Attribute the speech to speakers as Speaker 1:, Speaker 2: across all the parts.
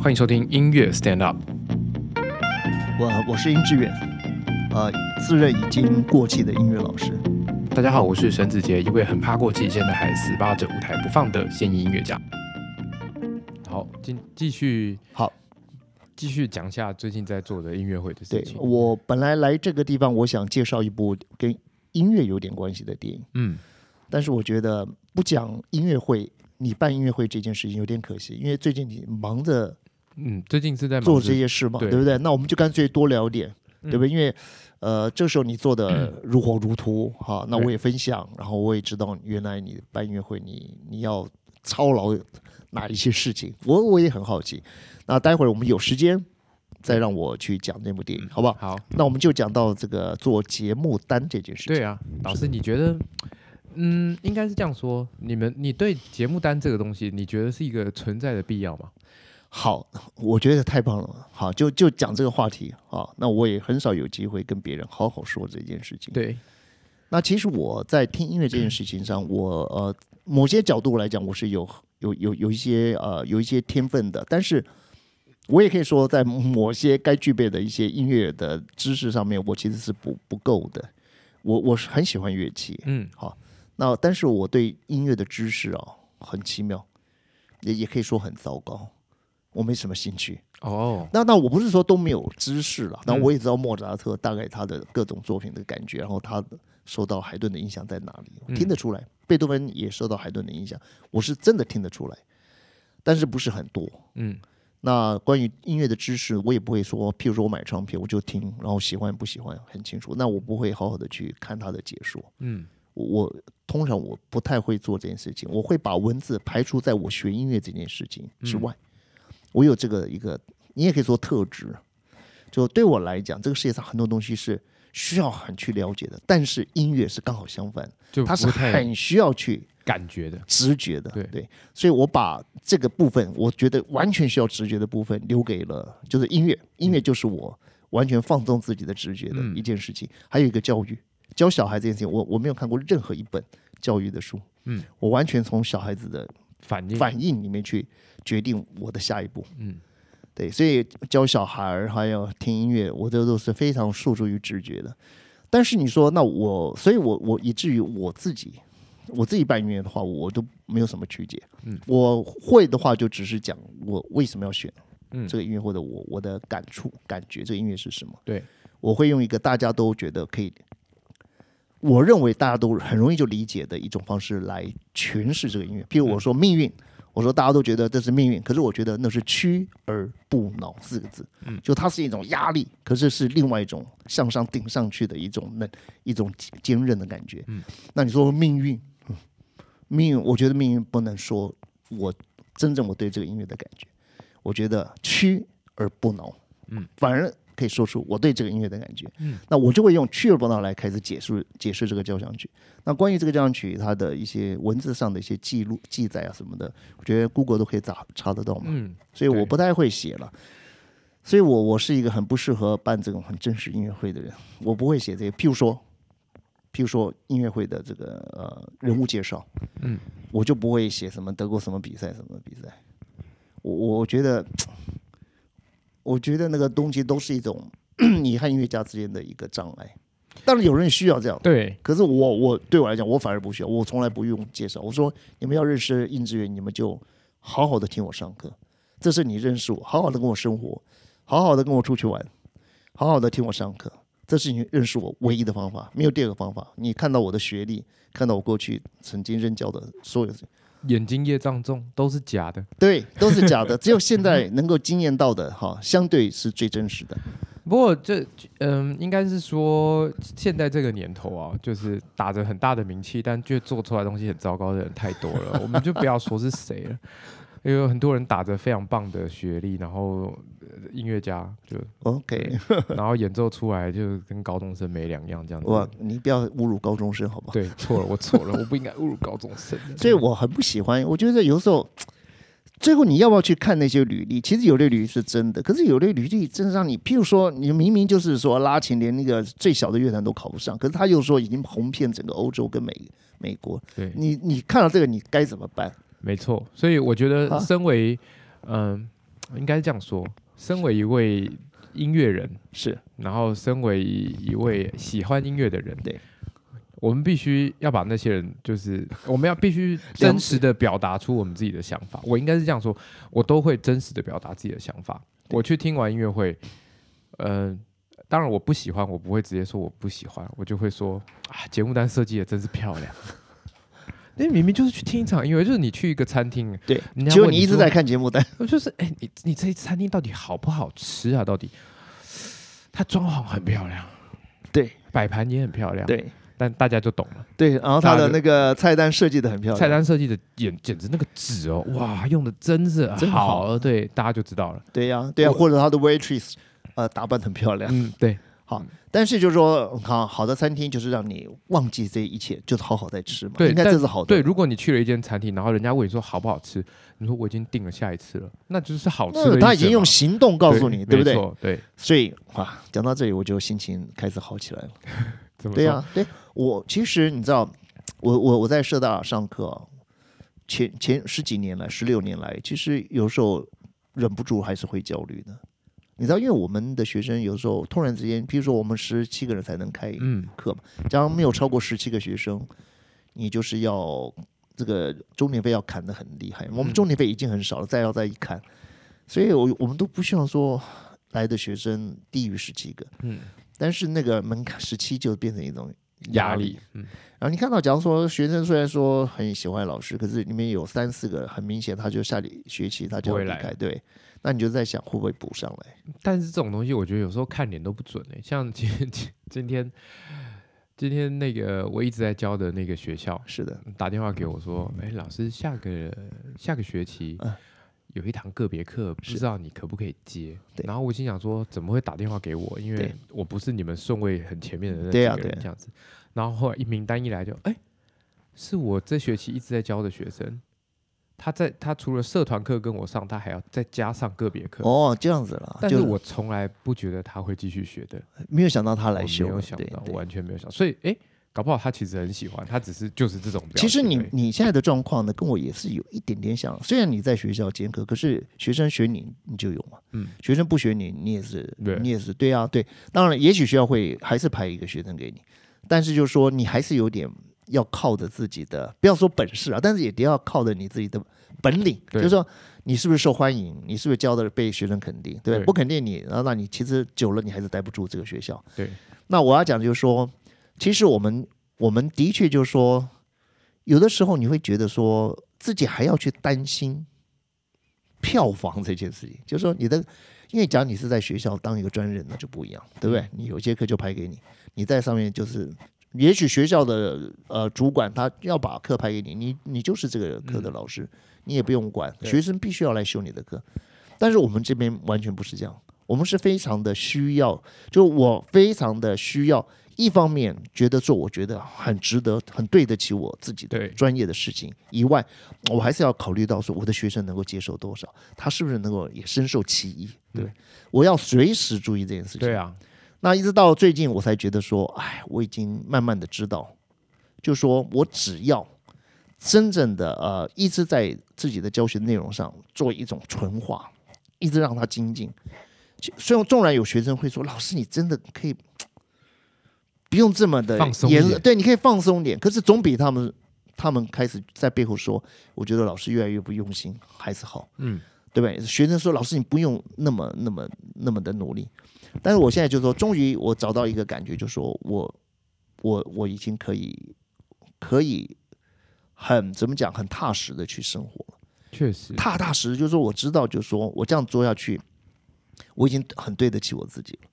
Speaker 1: 欢迎收听音乐 Stand Up。
Speaker 2: 我我是殷志远，呃，自认已经过气的音乐老师。
Speaker 1: 大家好，我是沈子杰，一位很怕过气，现在还死扒着舞台不放的现役音乐家。好，继继续
Speaker 2: 好，
Speaker 1: 继续讲一下最近在做的音乐会的事
Speaker 2: 对
Speaker 1: 情。
Speaker 2: 我本来来这个地方，我想介绍一部跟音乐有点关系的电影，
Speaker 1: 嗯，
Speaker 2: 但是我觉得不讲音乐会，你办音乐会这件事情有点可惜，因为最近你忙着
Speaker 1: 嗯，最近是在忙
Speaker 2: 做
Speaker 1: 着
Speaker 2: 这些事嘛，
Speaker 1: 对
Speaker 2: 对不对？那我们就干脆多聊一点。
Speaker 1: 嗯
Speaker 2: 对不对？因为，呃，这时候你做的如火如荼，哈、那我
Speaker 1: 对
Speaker 2: 也分享，然后我也知道原来你办音乐会你，你要操劳哪一些事情，我我也很好奇。那待会儿我们有时间再让我去讲那部电
Speaker 1: 嗯
Speaker 2: 影，好不好？
Speaker 1: 好，
Speaker 2: 那我们就讲到这个做节目单这件事情。
Speaker 1: 对啊，老师，你觉得，嗯，应该是这样说，你们你对节目单这个东西，你觉得是一个存在的必要吗？
Speaker 2: 好，我觉得太棒了。好，就就讲这个话题啊。那我也很少有机会跟别人好好说这件事情。
Speaker 1: 对，
Speaker 2: 那其实我在听音乐这件事情上，我呃某些角度来讲，我是有有有有一些呃有一些天分的，但是我也可以说，在某些该具备的一些音乐的知识上面，我其实是不不够的。我我是很喜欢乐器，
Speaker 1: 嗯，
Speaker 2: 那但是我对音乐的知识啊、很奇妙，也也可以说很糟糕，我没什么兴趣。
Speaker 1: 哦，嗯
Speaker 2: 那那我不是说都没有知识了，那我也知道莫扎特大概他的各种作品的感觉，然后他受到海顿的影响在哪里，
Speaker 1: 嗯
Speaker 2: 我听得出来。贝多芬也受到海顿的影响，我是真的听得出来，但是不是很多。
Speaker 1: 嗯，
Speaker 2: 那关于音乐的知识，我也不会说，譬如说我买唱片我就听，然后喜欢不喜欢很清楚。那我不会好好的去看他的解说，
Speaker 1: 嗯，
Speaker 2: 我我通常我不太会做这件事情，我会把文字排除在我学音乐这件事情
Speaker 1: 嗯
Speaker 2: 之外。我有这个一个，你也可以说特质。就对我来讲，这个世界上很多东西是需要很去了解的，但是音乐是刚好相反，
Speaker 1: 就
Speaker 2: 它是
Speaker 1: 不太
Speaker 2: 很需要去
Speaker 1: 感觉的，
Speaker 2: 直觉的。
Speaker 1: 对
Speaker 2: 所以我把这个部分，我觉得完全需要直觉的部分，留给了就是音乐。音
Speaker 1: 嗯
Speaker 2: 乐就是我完全放纵自己的直觉的一件事情。还有一个教育，教小孩这件事情，我我没有看过任何一本教育的书。
Speaker 1: 嗯，
Speaker 2: 我完全从小孩子的
Speaker 1: 反应，
Speaker 2: 反应里面去决定我的下一步。
Speaker 1: 嗯，
Speaker 2: 对，所以教小孩儿还有听音乐，我这都是非常诉诸于直觉的。但是你说，那我，所以我我以至于我自己，我自己办音乐的话，我都没有什么曲解。
Speaker 1: 嗯，
Speaker 2: 我会的话就只是讲我为什么要选
Speaker 1: 嗯
Speaker 2: 这个音乐，或者我我的感触、感觉这个音乐是什么。
Speaker 1: 对，
Speaker 2: 我会用一个大家都觉得可以，我认为大家都很容易就理解的一种方式来诠释这个音乐。譬如我说命运，我说大家都觉得这是命运，可是我觉得那是屈而不挠四个字，
Speaker 1: 嗯
Speaker 2: 就它是一种压力，可是是另外一种向上顶上去的一种那一种坚韧的感觉。
Speaker 1: 嗯
Speaker 2: 那你说命运，嗯命运，我觉得命运不能说我真正我对这个音乐的感觉，我觉得屈而不挠，
Speaker 1: 嗯，
Speaker 2: 反而可以说出我对这个音乐的感觉。
Speaker 1: 嗯，
Speaker 2: 那我就会用屈而不挠来开始解释解释这个交响曲。那关于这个交响曲，它的一些文字上的一些记录、记载啊什么的，我觉得 Google 都可以查查得到嘛。
Speaker 1: 嗯，
Speaker 2: 所以
Speaker 1: 对
Speaker 2: 我不太会写了。所以我我是一个很不适合办这种很正式音乐会的人，我不会写这些。譬如说，譬如说音乐会的这个呃人物介绍，
Speaker 1: 嗯，
Speaker 2: 我就不会写什么德国什么比赛什么比赛。我我觉得，我觉得那个东西都是一种 你和音乐家之间的一个障碍。当然有人需要这样，
Speaker 1: 对，
Speaker 2: 可是我我对我来讲，我反而不需要，我从来不用介绍。我说你们要认识应志远，你们就好好的听我上课，这是你认识我，好好的跟我生活，好好的跟我出去玩，好好的听我上课，这是你认识我唯一的方法，没有第二个方法。你看到我的学历，看到我过去曾经任教的所有事情，
Speaker 1: 眼睛业障重都是假的。
Speaker 2: 对，都是假的，只有现在能够经验到的哈，相对是最真实的。
Speaker 1: 不过这嗯，应该是说现在这个年头啊，就是打着很大的名气，但却做出来东西很糟糕的人太多了。我们就不要说是谁了，因为有很多人打着非常棒的学历，然后呃音乐家就，
Speaker 2: OK，
Speaker 1: 然后演奏出来就跟高中生没两样，这样子。
Speaker 2: 哇，你不要侮辱高中生好不好？
Speaker 1: 对，错了，我错了，我不应该侮辱高中生。
Speaker 2: 所以我很不喜欢。我觉得有时候，最后你要不要去看那些履历？其实有的履历是真的，可是有的履历真的让你，譬如说，你明明就是说拉琴连那个最小的乐团都考不上，可是他又说已经红遍整个欧洲跟美美国。
Speaker 1: 对，
Speaker 2: 你你看到这个，你该怎么办？
Speaker 1: 没错，所以我觉得
Speaker 2: 啊
Speaker 1: 身为嗯、应该是这样说。身为一位音乐人，
Speaker 2: 是
Speaker 1: 然后身为一位喜欢音乐的人，
Speaker 2: 对，
Speaker 1: 我们必须要把那些人，就是我们要必 须真实的表达出我们自己的想法。我应该是这样说，我都会真实的表达自己的想法。我去听完音乐会，嗯、当然我不喜欢，我不会直接说我不喜欢，我就会说啊，节目单设计的真是漂 亮。那明明就是去听一场音乐，就是你去一个餐厅，
Speaker 2: 对，
Speaker 1: 人家
Speaker 2: 结果
Speaker 1: 问
Speaker 2: 你一直
Speaker 1: 说
Speaker 2: 在看节目单，
Speaker 1: 我就是哎、你你这餐厅到底好不好吃啊？到底它装潢很漂亮，
Speaker 2: 对，
Speaker 1: 摆盘也很漂亮，，
Speaker 2: 对
Speaker 1: 但大家就懂了。
Speaker 2: 对，然后他
Speaker 1: 大
Speaker 2: 的
Speaker 1: 家就
Speaker 2: 那个菜单设计的很漂亮，
Speaker 1: 菜单设计的简简直那个纸哦，哇，用的真是
Speaker 2: 真好
Speaker 1: 好，对，大家就知道了。
Speaker 2: 对呀、对呀、
Speaker 1: 我
Speaker 2: 或者他的 waitress，呃，打扮得很漂亮。
Speaker 1: 嗯，对，
Speaker 2: 但是就是说，好好的餐厅就是让你忘记这一切，就是好好在吃嘛。
Speaker 1: 对
Speaker 2: 应该
Speaker 1: 但
Speaker 2: 这是好的。
Speaker 1: 对。如果你去了一间餐厅，然后人家问你说好不好吃，你说我已经订了下一次了，那就是好吃的意思
Speaker 2: 那
Speaker 1: 嘛。
Speaker 2: 嗯他已经用行动告诉你，对
Speaker 1: 没
Speaker 2: 不对？
Speaker 1: 错对，
Speaker 2: 所以哇，讲到这里我就心情开始好起来了。
Speaker 1: 怎么
Speaker 2: 对
Speaker 1: 说
Speaker 2: 呀、对我其实你知道，我我我在社大上课啊，前前十几年来，十六年来，其实有时候忍不住还是会焦虑的。你知道，因为我们的学生有时候突然之间，比如说我们十七个人才能开
Speaker 1: 嗯，
Speaker 2: 课嘛，假如没有超过十七个学生，你就是要这个周年费要砍得很厉害。我们
Speaker 1: 嗯
Speaker 2: 周年费已经很少了，再要再一砍，所以我我们都不希望说来的学生低于十七个。
Speaker 1: 嗯，
Speaker 2: 但是那个门槛十七就变成一种
Speaker 1: 压力。，嗯，
Speaker 2: 然后你看到，假如说学生虽然说很喜欢老师，可是里面有三四个很明显，他就下里学期他就要
Speaker 1: 不会
Speaker 2: 离
Speaker 1: 来
Speaker 2: 开，对，那你就在想会不会补上来？
Speaker 1: 但是这种东西，我觉得有时候看脸都不准诶、像今今今天今天那个我一直在教的那个学校，
Speaker 2: 是的，
Speaker 1: 打电话给我说：“哎、老师，下个下个学期
Speaker 2: 嗯
Speaker 1: 有一堂个别课，不
Speaker 2: 是
Speaker 1: 知道你可不可以接？”
Speaker 2: 对
Speaker 1: 然后我心想说：“怎么会打电话给我？因为
Speaker 2: 对
Speaker 1: 我不是你们顺位很前面的那几
Speaker 2: 对啊
Speaker 1: 个人
Speaker 2: 对啊
Speaker 1: 这样子。然后后来一名单一来就：“哎、是我这学期一直在教的学生，他在他除了社团课跟我上，他还要再加上个别课。
Speaker 2: 哦，这样子了，
Speaker 1: 但
Speaker 2: 就是
Speaker 1: 我从来不觉得他会继续学的，
Speaker 2: 没有想到他
Speaker 1: 我
Speaker 2: 来修，
Speaker 1: 没有想
Speaker 2: 对
Speaker 1: 到，
Speaker 2: 对
Speaker 1: 我完全没有想，所以哎、搞不好他其实很喜欢，他只是就是这种表现而已。
Speaker 2: 其实你嗯你现在的状况呢，跟我也是有一点点像。虽然你在学校兼课，可是学生学你，你就有嘛。
Speaker 1: 嗯，
Speaker 2: 学生不学你，你也是，
Speaker 1: 对
Speaker 2: 你也是，对啊，对。当然，也许学校会还是派一个学生给你，但是就是说你还是有点要靠着自己的，不要说本事啊，但是也得要靠着你自己的本领，就
Speaker 1: 对
Speaker 2: 是说你是不是受欢迎，你是不是教的被学生肯定，对不对？
Speaker 1: 对
Speaker 2: 不肯定你，然后那你其实久了你还是待不住这个学校。
Speaker 1: 对，
Speaker 2: 那我要讲的就是说，其实我们我们的确就是说，有的时候你会觉得说自己还要去担心票房这件事情，就是说你的，因为假如你是在学校当一个专任，那就不一样，对不对？你有些课就排给你，你在上面就是。也许学校的呃主管他要把课排给你，你你就是这个课的老师，你也不用管，
Speaker 1: 对
Speaker 2: 学生必须要来修你的课。但是我们这边完全不是这样，我们是非常的需要，就我非常的需要，一方面觉得做我觉得很值得、很对得起我自己的
Speaker 1: 对
Speaker 2: 专业的事情以外，我还是要考虑到说我的学生能够接受多少，他是不是能够也深受其益，对不对，我要随时注意这件事情。
Speaker 1: 嗯对啊，
Speaker 2: 那一直到最近，我才觉得说，哎，我已经慢慢的知道，就说我只要真正的呃，一直在自己的教学内容上做一种纯化，一直让它精进。其虽然纵然有学生会说，老师你真的可以不用这么的
Speaker 1: 放松一
Speaker 2: 严
Speaker 1: 点
Speaker 2: 厉，对，你可以放松点，可是总比他们他们开始在背后说，我觉得老师越来越不用心还是好。
Speaker 1: 嗯，
Speaker 2: 对不对？学生说：“老师，你不用那么、那么、那么的努力。”但是我现在就说，终于我找到一个感觉，就说我、我、我已经可以、可以很怎么讲，很踏实的去生活了，
Speaker 1: 确实，
Speaker 2: 踏踏实实，就是说我知道，就是说我这样做下去，我已经很对得起我自己了。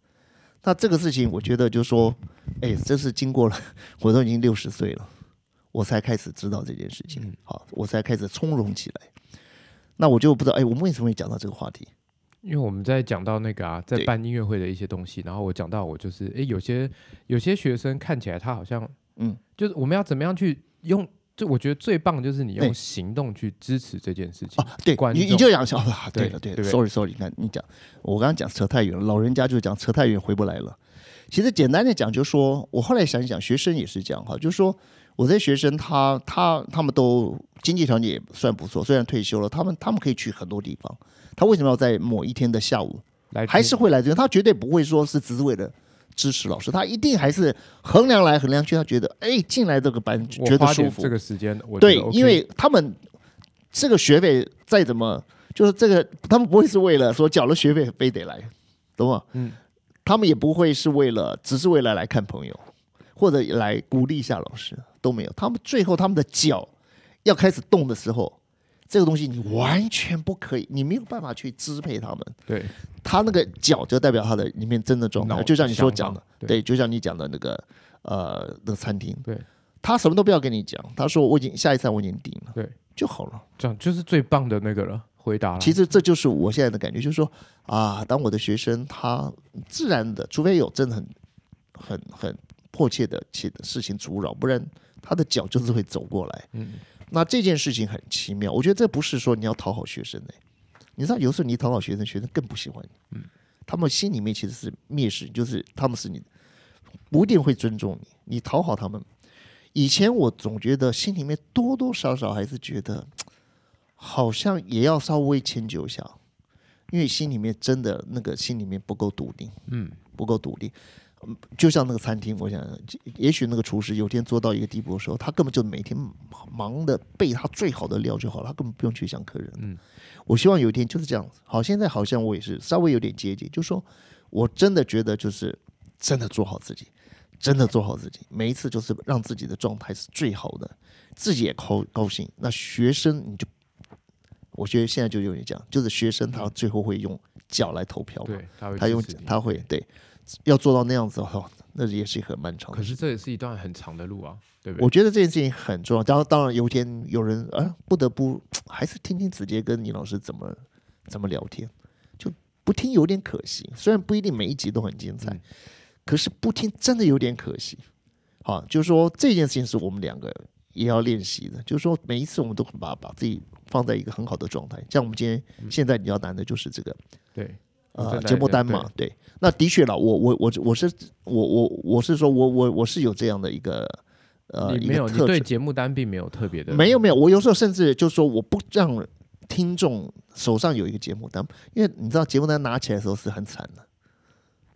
Speaker 2: 那这个事情，我觉得就是说，哎，这是经过了，我都已经六十岁了，我才开始知道这件事情，好，我才开始从容起来。那我就不知道，哎，我们为什么会讲到这个话题？
Speaker 1: 因为我们在讲到那个啊，在
Speaker 2: 对
Speaker 1: 办音乐会的一些东西，然后我讲到我就是，诶，有些有些学生看起来他好像，
Speaker 2: 嗯，
Speaker 1: 就是我们要怎么样去用，就我觉得最棒的就是你
Speaker 2: 对
Speaker 1: 用行动去支持这件事情。
Speaker 2: 哦，对
Speaker 1: 观，
Speaker 2: 你你
Speaker 1: 众
Speaker 2: 就想想啊，对
Speaker 1: 对
Speaker 2: 了对
Speaker 1: 对
Speaker 2: 了
Speaker 1: 不对
Speaker 2: ，sorry sorry，你看你讲，我刚刚讲扯太远了，老人家就讲扯太远回不来了。其实简单的讲，就是说我后来想一想，学生也是这样哈，就是说我这些学生他他他们都经济条件也算不错，虽然退休了，他们他们可以去很多地方。他为什么要在某一天的下午，
Speaker 1: 来
Speaker 2: 还是会来这边？他绝对不会说是只是为了支持老师，他一定还是衡量来衡量去，他觉得哎进来这个班
Speaker 1: 我
Speaker 2: 觉得
Speaker 1: 花
Speaker 2: 舒
Speaker 1: 点
Speaker 2: 服
Speaker 1: 这，个时间，我觉
Speaker 2: 对
Speaker 1: 得，OK
Speaker 2: 因为他们这个学费再怎么，就是这个他们不会是为了说缴了学费非得来，懂吗？
Speaker 1: 嗯，
Speaker 2: 他们也不会是为了只是为了来看朋友，或者来鼓励一下老师都没有。他们最后他们的脚要开始动的时候，这个东西你完全不可以，你没有办法去支配他们。
Speaker 1: 对
Speaker 2: 他那个脚就代表他的里面真的状态，
Speaker 1: 脑
Speaker 2: 就像你说
Speaker 1: 想
Speaker 2: 讲
Speaker 1: 法
Speaker 2: 的，
Speaker 1: 对
Speaker 2: 对，就像你讲的那个呃那个餐厅，
Speaker 1: 对，
Speaker 2: 他什么都不要跟你讲，他说我已经下一站我已经定了，
Speaker 1: 对，
Speaker 2: 就好了。
Speaker 1: 这样就是最棒的那个了，回答了。
Speaker 2: 其实这就是我现在的感觉，就是说啊，当我的学生他自然的，除非有真的很很很迫切的切的事情阻扰，不然他的脚就是会走过来。
Speaker 1: 嗯，
Speaker 2: 那这件事情很奇妙，我觉得这不是说你要讨好学生的、你知道有时候你讨好学生，学生更不喜欢你。
Speaker 1: 嗯
Speaker 2: 他们心里面其实是蔑视，就是他们是你不一定会尊重你，你讨好他们。以前我总觉得心里面多多少少还是觉得，好像也要稍微迁就一下，因为心里面真的那个心里面不够笃定，
Speaker 1: 嗯，
Speaker 2: 不够笃定。嗯就像那个餐厅，我想，也许那个厨师有天做到一个地步的时候，他根本就每天忙的备他最好的料就好了，他根本不用去想客人。
Speaker 1: 嗯，
Speaker 2: 我希望有一天就是这样子。好，现在好像我也是稍微有点接近，就是说我真的觉得就是真的做好自己，真的做好自己，每一次就是让自己的状态是最好的，自己也高高兴。那学生你就，我觉得现在就有点这样，就是学生他最后会用脚来投票嘛，
Speaker 1: 对，他会
Speaker 2: 他用
Speaker 1: 支持你
Speaker 2: 他会对，要做到那样子哦，那也是很漫长
Speaker 1: 可
Speaker 2: 的。
Speaker 1: 是这也是一段很长的路啊，对不对？
Speaker 2: 我觉得这件事情很重要。当当然，有一天有人啊，不得不还是听听子杰跟倪老师怎么怎么聊天，就不听有点可惜。虽然不一定每一集都很精彩，
Speaker 1: 嗯
Speaker 2: 可是不听真的有点可惜。好、就是说这件事情是我们两个也要练习的，就是说每一次我们都把把自己放在一个很好的状态。像我们今天、
Speaker 1: 嗯
Speaker 2: 现在你要难的就是这个
Speaker 1: 对，
Speaker 2: 呃
Speaker 1: 正在
Speaker 2: 节目单嘛，对，那的确了，我我我我是我我我是说我我我是有这样的一个呃
Speaker 1: 你
Speaker 2: 一
Speaker 1: 没有，
Speaker 2: 个
Speaker 1: 你
Speaker 2: 特
Speaker 1: 对
Speaker 2: 质，
Speaker 1: 节目单并没有特别的，
Speaker 2: 没有没有，我有时候甚至就说我不让听众手上有一个节目单，因为你知道节目单拿起来的时候是很惨的，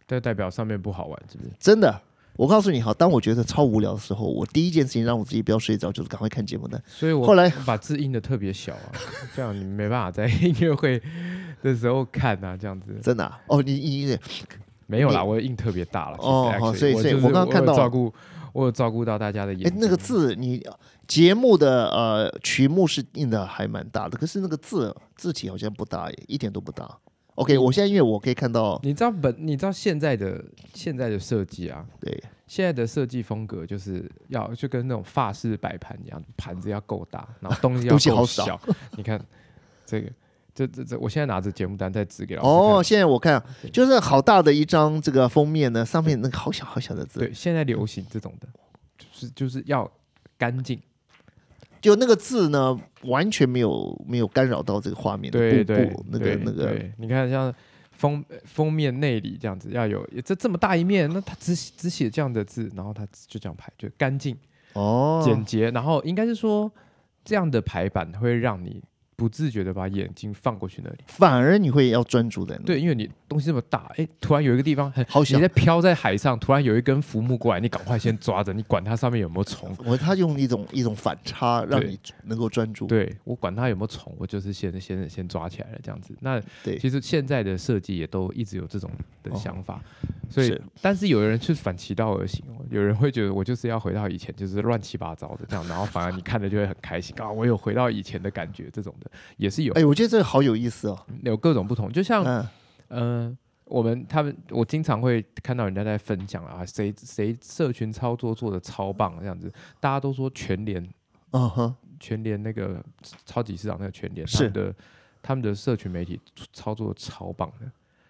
Speaker 1: 这代表上面不好玩，是不是？
Speaker 2: 真的。我告诉你哈，当我觉得超无聊的时候，我第一件事情让我自己不要睡着，就是赶快看节目单。
Speaker 1: 所以我
Speaker 2: 后来
Speaker 1: 把字印的特别小 啊，这样你没办法在音乐会的时候看啊，这样子
Speaker 2: 真的啊、哦，你你你
Speaker 1: 没有啦，
Speaker 2: 你
Speaker 1: 我印特别大了。其实
Speaker 2: 哦
Speaker 1: actually，
Speaker 2: 好所以
Speaker 1: 我
Speaker 2: 所以
Speaker 1: 就是
Speaker 2: 我刚刚看
Speaker 1: 有
Speaker 2: 到了
Speaker 1: 照顾，我有照顾到大家的眼
Speaker 2: 哎
Speaker 1: 睛。，
Speaker 2: 那个字你节目的呃曲目是印的还蛮大的，可是那个字字体好像不大耶，一点都不大。OK，我现
Speaker 1: 嗯
Speaker 2: 在因为我可以看到，
Speaker 1: 你知道本你知道现在的现在的设计啊，
Speaker 2: 对，
Speaker 1: 现在的设计风格就是要就跟那种法式摆盘一样，盘子要够大，然后东西要
Speaker 2: 东西
Speaker 1: 够
Speaker 2: 好少
Speaker 1: 小。你看这个，这这这，我现在拿着节目单在指给老师看。
Speaker 2: 哦，现在我看就是好大的一张这个封面呢，上面那个好小好小的字，
Speaker 1: 对，现在流行这种的，就是就是要干净。
Speaker 2: 就那个字呢完全没有没有干扰到这个画面的
Speaker 1: 对
Speaker 2: 布
Speaker 1: 对
Speaker 2: 布，那个
Speaker 1: 对
Speaker 2: 那个
Speaker 1: 对你看像封封面内里这样子，要有这这么大一面，那他只只写这样的字，然后他就这样排，就干净、
Speaker 2: 哦，
Speaker 1: 简洁，然后应该是说这样的排版会让你不自觉的把眼睛放过去那里。
Speaker 2: 反而你会要专注在那，
Speaker 1: 对，因为你东西这么大，哎，突然有一个地方很
Speaker 2: 嗯好小
Speaker 1: 你在飘在海上，突然有一根浮木过来，你赶快先抓着，你管它上面有没有虫。
Speaker 2: 我他用一种一种反差让
Speaker 1: 对
Speaker 2: 你能够专注，
Speaker 1: 对我管它有没有虫，我就是先先先抓起来了这样子。那
Speaker 2: 对哦
Speaker 1: 其实现在的设计也都一直有这种的想法，所以
Speaker 2: 是
Speaker 1: 但是有人是反其道而行哦，有人会觉得我就是要回到以前，就是乱七八糟的这样，然后反而你看着就会很开心啊，我有回到以前的感觉，这种的也是有
Speaker 2: 哎，我觉得这个好有意思哦，
Speaker 1: 有各种不同，就像
Speaker 2: 嗯，
Speaker 1: 嗯，我们他们，我经常会看到人家在分享啊，谁谁社群操作做的超棒这样子，大家都说全联
Speaker 2: 嗯哼，
Speaker 1: 全联那个超级市场那个全联，
Speaker 2: 是
Speaker 1: 他们的他们的社群媒体操作得超棒的，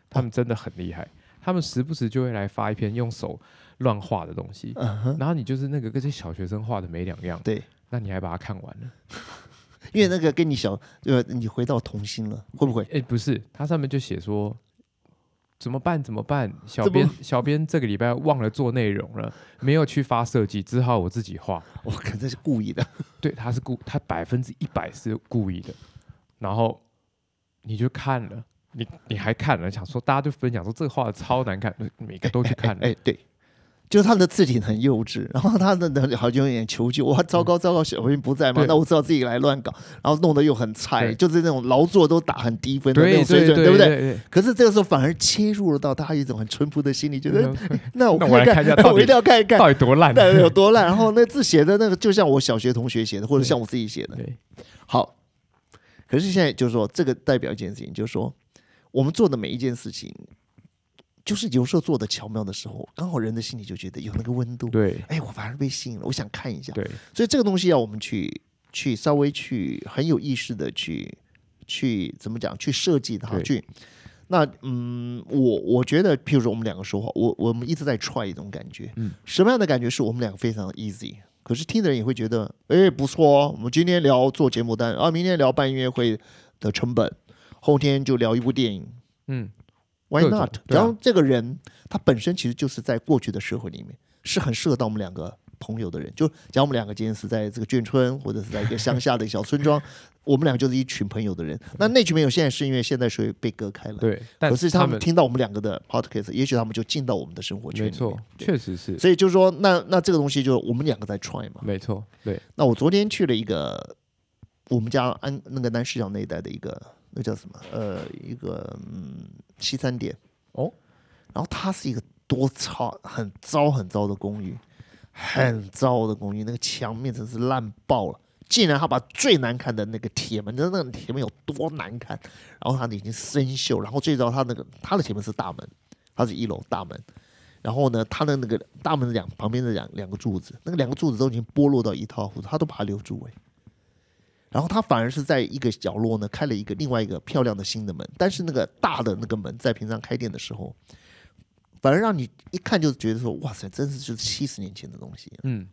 Speaker 1: 他们真的很厉害，他们时不时就会来发一篇用手乱画的东西，
Speaker 2: 嗯哼。
Speaker 1: 然后你就是那个跟这些小学生画的没两样，
Speaker 2: 对，
Speaker 1: 那你还把它看完了。
Speaker 2: 因为那个跟你小，呃，你回到童心了，会不会？
Speaker 1: 哎，不是，它上面就写说，怎么办？怎么办？小
Speaker 2: 怎么
Speaker 1: 编小编这个礼拜忘了做内容了，没有去发设计，只好我自己画。
Speaker 2: 我可能是故意的。
Speaker 1: 对，他是故，他百分之一百是故意的。然后你就看了，你你还看了，想说大家就分享说这个画的超难看，每个都去看了。
Speaker 2: 哎，对，就是他的字体很幼稚，然后他的好像有点求救，哇，糟糕糟糕，小编不在嘛
Speaker 1: 对，
Speaker 2: 那我只好自己来乱搞，然后弄得又很菜，
Speaker 1: 对
Speaker 2: 就是那种劳作都打很低分的那
Speaker 1: 对
Speaker 2: 种水
Speaker 1: 对
Speaker 2: 准，不
Speaker 1: 对
Speaker 2: 对？
Speaker 1: 对，
Speaker 2: 可是这个时候反而切入了到大家一种很淳朴的心理，觉得
Speaker 1: 对
Speaker 2: 那我
Speaker 1: 嗯那我来看一下到底
Speaker 2: 我一定要看一看
Speaker 1: 到底多烂？啊
Speaker 2: 到底有多烂。然后那字写的那个，就像我小学同学写的，或者
Speaker 1: 对
Speaker 2: 像我自己写的，
Speaker 1: 对
Speaker 2: 好，可是现在就是说，这个代表一件事情，就是说，我们做的每一件事情，就是有时候做的巧妙的时候，刚好人的心里就觉得有那个温度。
Speaker 1: 对
Speaker 2: 哎，我反而被吸引了，我想看一下。
Speaker 1: 对
Speaker 2: 所以这个东西要我们去去稍微去很有意识的去去怎么讲去设计它
Speaker 1: 对
Speaker 2: 去。那嗯，我我觉得，譬如说我们两个说话，我我们一直在 try 一种感觉，
Speaker 1: 嗯，
Speaker 2: 什么样的感觉是我们两个非常 easy，可是听的人也会觉得，哎，不错哦，我们今天聊做节目单，啊，明天聊办音乐会的成本，后天就聊一部电影
Speaker 1: 嗯，
Speaker 2: ，Why
Speaker 1: 各种
Speaker 2: not？、
Speaker 1: 对啊
Speaker 2: 然后这个人他本身其实就是在过去的社会里面是很适合当我们两个朋友的人，就假如我们两个今天是在这个眷村或者是在一个乡下的小村 庄，我们两个就是一群朋友的人。那那群朋友现在是因为现在社会被隔开了，
Speaker 1: 对，但
Speaker 2: 可是他们
Speaker 1: 们
Speaker 2: 听到我们两个的 podcast，也许他们就进到我们的生活
Speaker 1: 没
Speaker 2: 圈里面。
Speaker 1: 错，确实是
Speaker 2: 所以就是说，那那这个东西就是我们两个在 try 嘛。
Speaker 1: 没错，对，
Speaker 2: 那我昨天去了一个我们家安那个南市场那一带的一个那叫什么呃一个嗯西餐店
Speaker 1: 哦，
Speaker 2: 然后它是一个多糟很糟很糟的公寓，很糟的公寓，那个墙面真是烂爆了。竟然他把最难看的那个铁门，你知道那个铁门有多难看？然后它已经生锈，然后最早它那个它的铁门是大门，它是一楼大门，然后呢，它的那个大门的两旁边的两两个柱子，那个两个柱子都已经剥落到一塌糊涂，它都把它留住哎、然后它反而是在一个角落呢开了一个另外一个漂亮的新的门，但是那个大的那个门在平常开店的时候，反而让你一看就觉得说哇塞，真是就是七十年前的东西。啊
Speaker 1: 嗯，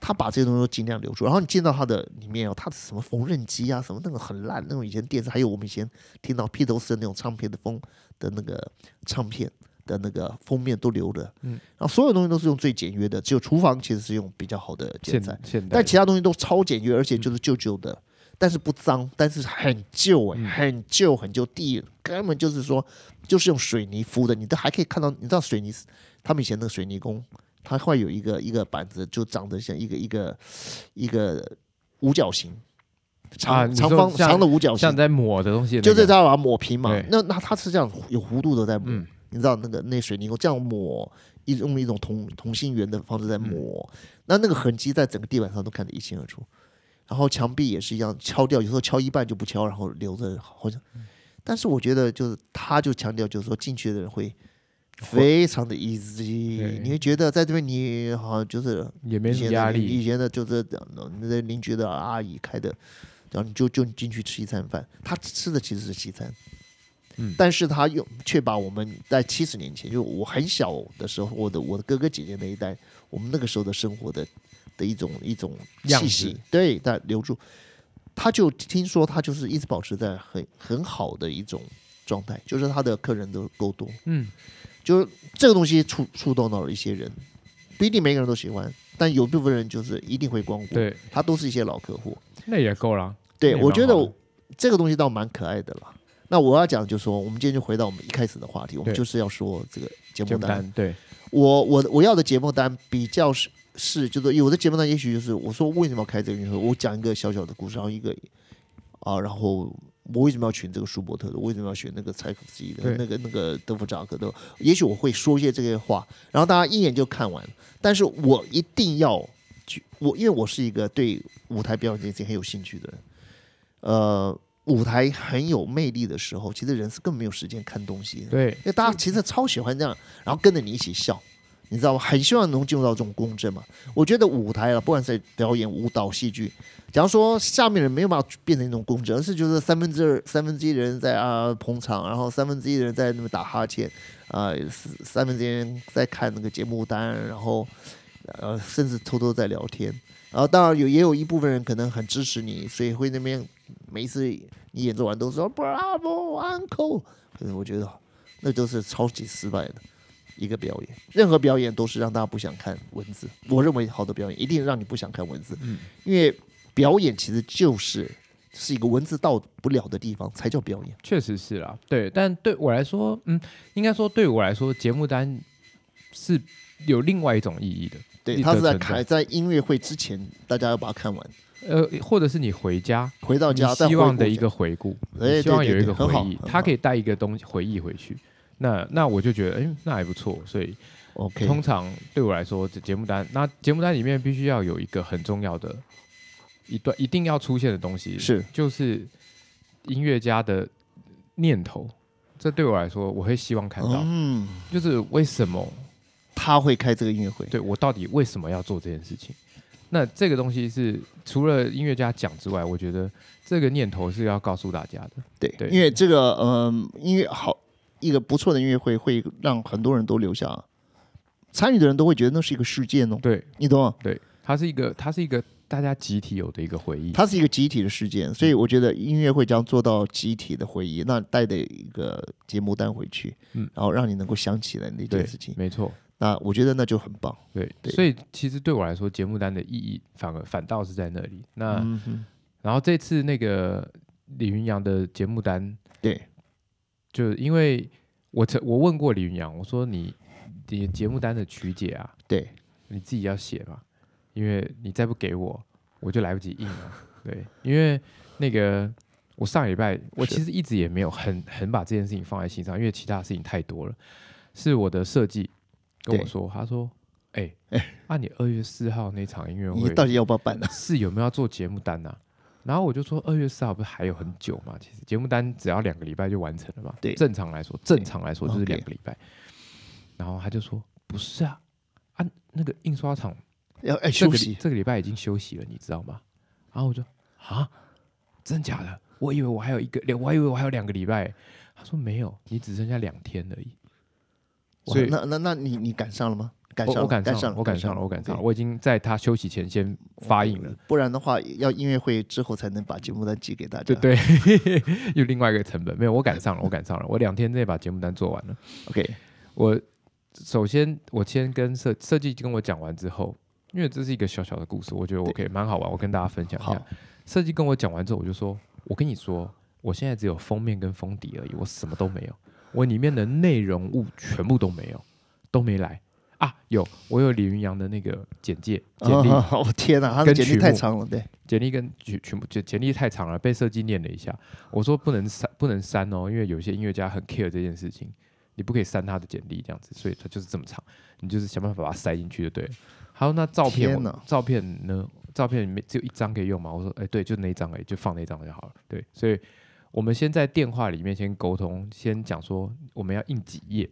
Speaker 2: 他把这些东西都尽量留住，然后你见到他的里面哦，他的什么缝纫机啊，什么那个很烂，那种以前电视，还有我们以前听到披头士的那种唱片的封的那个唱片的那个封面都留着，
Speaker 1: 嗯，
Speaker 2: 然后所有东西都是用最简约的，只有厨房其实是用比较好的建
Speaker 1: 现
Speaker 2: 材，
Speaker 1: 现代
Speaker 2: 但其他东西都超简约，而且就是旧旧的，但是不脏，但是很旧哎、
Speaker 1: 嗯
Speaker 2: 很旧很旧，地根本就是说就是用水泥敷的，你都还可以看到，你知道水泥，他们以前那个水泥工，它会有一个一个板子，就长得像一个一个一个五角形，长、
Speaker 1: 啊你
Speaker 2: 长
Speaker 1: 说
Speaker 2: 方
Speaker 1: 像
Speaker 2: 长的五角形
Speaker 1: 像，在抹的东西的那
Speaker 2: 就
Speaker 1: 个，
Speaker 2: 是它把它抹平嘛
Speaker 1: 对。
Speaker 2: 那那它是这样有弧度的在抹，
Speaker 1: 嗯
Speaker 2: 你知道那个那水泥工这样抹，一用一种同同心圆的方式在抹，
Speaker 1: 嗯
Speaker 2: 那那个痕迹在整个地板上都看得一清二楚。然后墙壁也是一样，敲掉有时候敲一半就不敲，然后留着好像。
Speaker 1: 嗯
Speaker 2: 但是我觉得就是他就强调就是说进去的人会。非常的 easy，
Speaker 1: 对
Speaker 2: 你会觉得在这边你好像就是
Speaker 1: 也没
Speaker 2: 以
Speaker 1: 什
Speaker 2: 前
Speaker 1: 么
Speaker 2: 的
Speaker 1: 压
Speaker 2: 邻
Speaker 1: 力，
Speaker 2: 以前的就是呃那些邻居的阿姨开的，然后你就就进去吃一餐饭，他吃的其实是西餐，
Speaker 1: 嗯
Speaker 2: 但是他又却把我们在七十年前，就我很小的时候，我的我的哥哥姐姐那一代，我们那个时候的生活的的一种一种
Speaker 1: 样
Speaker 2: 气息
Speaker 1: 子，
Speaker 2: 对，但留住。他就听说他就是一直保持在很很好的一种状态，就是他的客人都够多，
Speaker 1: 嗯，
Speaker 2: 就是这个东西触触动到了一些人，不一定每个人都喜欢，但有部分人就是一定会光顾，
Speaker 1: 对，
Speaker 2: 他都是一些老客户。
Speaker 1: 那也够了。
Speaker 2: 对
Speaker 1: 那也
Speaker 2: 我
Speaker 1: 蛮
Speaker 2: 觉得
Speaker 1: 好的
Speaker 2: 这个东西倒蛮可爱的啦。那我要讲就是说，我们今天就回到我们一开始的话题，我们
Speaker 1: 对
Speaker 2: 就是要说这个节目
Speaker 1: 简
Speaker 2: 单。
Speaker 1: 单，对，
Speaker 2: 我我我要的节目单比较是是，就是有的节目单也许就是我说为什么要开这个运动会，我讲一个小小的故事，然后一个啊，然后我为什么要选这个舒伯特的，我为什么要选那个柴可夫斯基的，
Speaker 1: 对
Speaker 2: 那个那个德弗扎克的，也许我会说一些这些话，然后大家一眼就看完，但是我一定要去，我因为我是一个对舞台表演这件事情很有兴趣的人，呃。舞台很有魅力的时候，其实人是根本没有时间看东西的。
Speaker 1: 对，
Speaker 2: 因为大家其实超喜欢这样，然后跟着你一起笑，你知道吗？很希望能进入到这种共振嘛。我觉得舞台啊，不管是表演、舞蹈、戏剧，假如说下面人没有办法变成一种共振，而是就是三分之二、三分之一的人在啊、捧场，然后三分之一的人在那边打哈欠，啊、三三分之一人在看那个节目单，然后呃，甚至偷偷在聊天。然后当然有也有一部分人可能很支持你，所以会那边每一次你演奏完都说 Bravo Uncle，可是我觉得那都是超级失败的一个表演。任何表演都是让大家不想看文字，我认为好的表演一定让你不想看文字，
Speaker 1: 嗯
Speaker 2: 因为表演其实就是是一个文字到不了的地方才叫表演。
Speaker 1: 确实是啦，对，但对我来说，嗯，应该说对我来说，节目单是有另外一种意义的。
Speaker 2: 对，
Speaker 1: 立
Speaker 2: 他
Speaker 1: 刻
Speaker 2: 是在
Speaker 1: 存在
Speaker 2: 开在音乐会之前，大家要把它看完，
Speaker 1: 呃，或者是你回家，
Speaker 2: 回到
Speaker 1: 你
Speaker 2: 家再
Speaker 1: 希
Speaker 2: 回
Speaker 1: 望
Speaker 2: 顾
Speaker 1: 的
Speaker 2: 一
Speaker 1: 一
Speaker 2: 下
Speaker 1: 个回顾，
Speaker 2: 哎
Speaker 1: 你希望
Speaker 2: 对对
Speaker 1: 有一个
Speaker 2: 对很
Speaker 1: 回
Speaker 2: 好
Speaker 1: 忆
Speaker 2: 很，
Speaker 1: 他
Speaker 2: 好
Speaker 1: 可以带一个东西回忆回去。那那我就觉得，哎，那还不错。所以
Speaker 2: OK
Speaker 1: 通常对我来说，这节目单，那节目单里面必须要有一个很重要的一段，一定要出现的东西，
Speaker 2: 是
Speaker 1: 就是音乐家的念头。这对我来说，我会希望看到，
Speaker 2: 嗯，
Speaker 1: 就是为什么
Speaker 2: 他会开这个音乐会，
Speaker 1: 对我到底为什么要做这件事情？那这个东西是除了音乐家讲之外，我觉得这个念头是要告诉大家的。
Speaker 2: 对，
Speaker 1: 对
Speaker 2: 因为这个，嗯、音乐好一个不错的音乐会，会让很多人都留下，参与的人都会觉得那是一个事件哦，
Speaker 1: 对
Speaker 2: 你懂吗？
Speaker 1: 对，它是一个，它是一个大家集体有的一个回忆。
Speaker 2: 它是一个集体的事件，所以我觉得音乐会将做到集体的回忆，那带的一个节目单回去，
Speaker 1: 嗯
Speaker 2: 然后让你能够想起来那
Speaker 1: 对
Speaker 2: 件事情，，
Speaker 1: 没错。
Speaker 2: 那我觉得那就很棒。
Speaker 1: 对，
Speaker 2: 对
Speaker 1: 所以其实对我来说，节目单的意义反而反倒是在那里。那、
Speaker 2: 嗯哼，
Speaker 1: 然后这次那个李云阳的节目单，
Speaker 2: 对，
Speaker 1: 就是因为我曾我问过李云阳，我说你你节目单的曲解啊，
Speaker 2: 对，
Speaker 1: 你自己要写嘛，因为你再不给我，我就来不及印了。对，因为那个我上礼拜我
Speaker 2: 是
Speaker 1: 其实一直也没有很很把这件事情放在心上，因为其他事情太多了。是我的设计跟我
Speaker 2: 对
Speaker 1: 说，他说：“哎、啊，你二月四号那场音乐
Speaker 2: 你
Speaker 1: 会
Speaker 2: 到底要不要办呢、
Speaker 1: 是有没有要做节目单呐、然后我就说，二月四号不是还有很久嘛？其实节目单只要两个礼拜就完成了嘛。
Speaker 2: 对
Speaker 1: 正常来说，正常来说就是
Speaker 2: OK
Speaker 1: 两个礼拜。然后他就说，不是啊，啊，那个印刷厂
Speaker 2: 要
Speaker 1: 这
Speaker 2: 哎休
Speaker 1: 个礼
Speaker 2: 息，
Speaker 1: 这个礼拜已经休息了，你知道吗？然后我就啊，真假的？我以为我还有一个，我还以为我还有两个礼拜。他说没有，你只剩下两天而已。
Speaker 2: 哇
Speaker 1: 所以
Speaker 2: 那那那你你赶上了吗？赶
Speaker 1: 我
Speaker 2: 上
Speaker 1: 我
Speaker 2: 了，
Speaker 1: 赶
Speaker 2: 赶
Speaker 1: 上了，我赶上了，我赶上
Speaker 2: 对
Speaker 1: 了，我已经在他休息前先发印了。
Speaker 2: 不然的话，要音乐会之后才能把节目单寄给大家。
Speaker 1: 对对，有另外一个成本。没有，我赶上了，我赶上了，我两天内把节目单做完了。
Speaker 2: ，OK，
Speaker 1: 我首先我先跟设设计跟我讲完之后，因为这是一个小小的故事，我觉得我可以蛮好玩，我跟大家分享一下
Speaker 2: 好。，
Speaker 1: 设计跟我讲完之后，我就说，我跟你说，我现在只有封面跟封底而已，我什么都没有，我里面的内容物全部都没有，都没来啊。有，我有李云阳的那个简介简历，
Speaker 2: 啊 我天哪，他的
Speaker 1: 跟
Speaker 2: 简历
Speaker 1: 曲
Speaker 2: 太
Speaker 1: 目
Speaker 2: 长了，对，
Speaker 1: 简历跟全全部简简历太长了，被设计念了一下。我说不能删，不能删哦，因为有些音乐家很 care 这件事情，你不可以删他的简历这样子，所以他就是这么长，你就是想办法把它塞进去就对了。还有那照片
Speaker 2: 天
Speaker 1: 我
Speaker 2: 哪，
Speaker 1: 照片呢？照片里面只有一张可以用吗？我说，哎、对，就那一张而已，就放那一张就好了。对，所以我们先在电话里面先沟通，先讲说我们要印几页，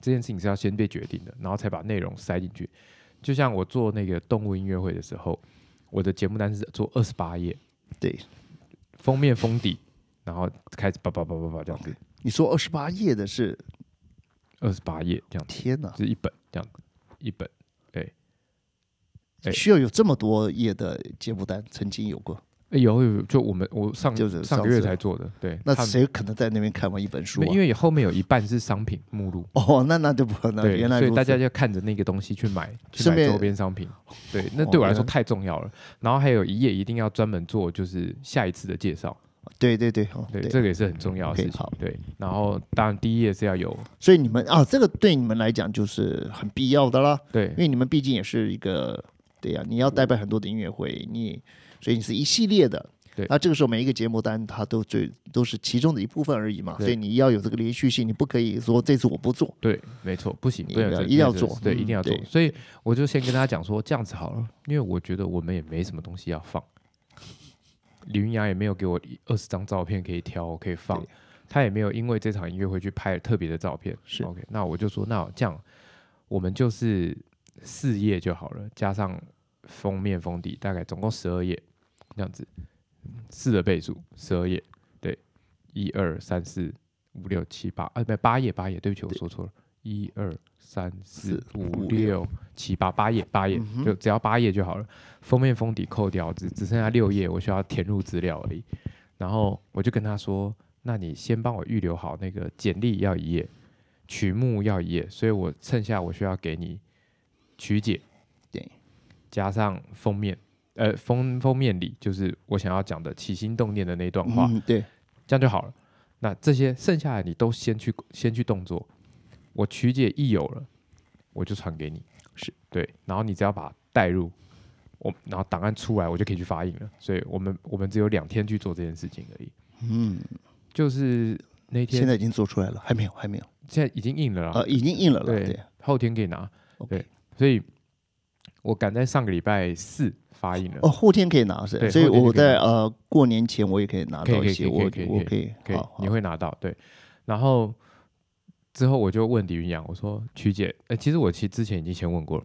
Speaker 1: 这件事情是要先被决定的，然后才把内容塞进去。就像我做那个动物音乐会的时候，我的节目单是做二十八页，
Speaker 2: 对，
Speaker 1: 封面封底，然后开始叭叭叭叭叭这样子，
Speaker 2: 你说二十八页的是
Speaker 1: 二十八页这样子，
Speaker 2: 天哪，
Speaker 1: 就是一本这样子，一本。哎
Speaker 2: 需要有这么多页的节目单，曾经有过，
Speaker 1: 哎有有有，就我们我上
Speaker 2: 就是
Speaker 1: 上个
Speaker 2: 上次
Speaker 1: 月才做的，对，
Speaker 2: 那
Speaker 1: 他们
Speaker 2: 谁可能在那边看完一本书
Speaker 1: 没
Speaker 2: 啊
Speaker 1: 因？为后面有一半是商品目录，
Speaker 2: 哦，那那就不可能，
Speaker 1: 对，
Speaker 2: 原来
Speaker 1: 所
Speaker 2: 如
Speaker 1: 以
Speaker 2: 此。
Speaker 1: 大家就看着那个东西去买，去
Speaker 2: 顺
Speaker 1: 买
Speaker 2: 便哦
Speaker 1: 周边商品。对，那对我来说
Speaker 2: 原来
Speaker 1: 太重要了。然后还有一页一定要专门做，就是下一次的介绍，
Speaker 2: 对对对，哦
Speaker 1: 对，
Speaker 2: 对，
Speaker 1: 这个也是很重要的
Speaker 2: OK，
Speaker 1: 事情
Speaker 2: 好。
Speaker 1: 对，然后当然第一页是要有，
Speaker 2: 所以你们啊，这个对你们来讲就是很必要的啦，
Speaker 1: 对
Speaker 2: 因，为你们毕竟也是一个，对呀、你要代办很多的音乐会，你所以你是一系列的。
Speaker 1: 对
Speaker 2: 那这个时候每一个节目单它都最都是其中的一部分而已嘛，
Speaker 1: 对
Speaker 2: 所以你要有这个连续性，你不可以说这次我不做，
Speaker 1: 对，没错，不行，
Speaker 2: 你
Speaker 1: 不能
Speaker 2: 一定
Speaker 1: 这
Speaker 2: 要一定要
Speaker 1: 不能
Speaker 2: 做
Speaker 1: 这对，
Speaker 2: 嗯
Speaker 1: 一定要做。
Speaker 2: 对
Speaker 1: 所以我就先跟他讲说，这样子好了，因为我觉得我们也没什么东西要放，李云阳也没有给我二十张照片可以挑可以放
Speaker 2: 对，
Speaker 1: 他也没有因为这场音乐会去拍特别的照片。
Speaker 2: 是
Speaker 1: OK，那我就说，那这样我们就是四页就好了，加上封面封底，大概总共十二页，这样子，四的倍数，十二页，对，一二三四五六七八，啊，不，八页八页，对不起，我说错了，一二三四
Speaker 2: 四
Speaker 1: 五
Speaker 2: 五
Speaker 1: 六七八八页八页
Speaker 2: 嗯，哼
Speaker 1: 就只要八页就好了，封面封底扣掉，只只剩下六页，我需要填入资料而已。然后我就跟他说，那你先帮我预留好那个简历要一页，曲目要一页，所以我剩下我需要给你曲解，
Speaker 2: 对，
Speaker 1: 加上封面，呃，封封面里就是我想要讲的起心动念的那段话，
Speaker 2: 嗯，对，
Speaker 1: 这样就好了。那这些剩下的你都先去先去动作，我曲解一有了，我就传给你，
Speaker 2: 是
Speaker 1: 对，然后你只要把它带入，我然后档案出来，我就可以去发印了。所以我们我们只有两天去做这件事情而已。
Speaker 2: 嗯，
Speaker 1: 就是那天
Speaker 2: 现在已经做出来了，还没有，还没有，
Speaker 1: 现在已经印了啦，
Speaker 2: 呃，已经印了了，
Speaker 1: 对
Speaker 2: 对
Speaker 1: 后天可以拿，
Speaker 2: ，OK，
Speaker 1: 所以我赶在上个礼拜四发印了。
Speaker 2: 哦，后天可以
Speaker 1: 对
Speaker 2: 拿是，所以
Speaker 1: 后天就
Speaker 2: 我
Speaker 1: 可以拿
Speaker 2: 在呃过年前我也可以拿
Speaker 1: 可以
Speaker 2: 到
Speaker 1: 可以
Speaker 2: 一些，
Speaker 1: 可以
Speaker 2: 我
Speaker 1: 可以
Speaker 2: 我
Speaker 1: 可
Speaker 2: 可以，
Speaker 1: 可以
Speaker 2: 好，好
Speaker 1: 你会拿到对。然后之后我就问李云阳，我说曲姐，呃，其实我其实之前已经先问过了，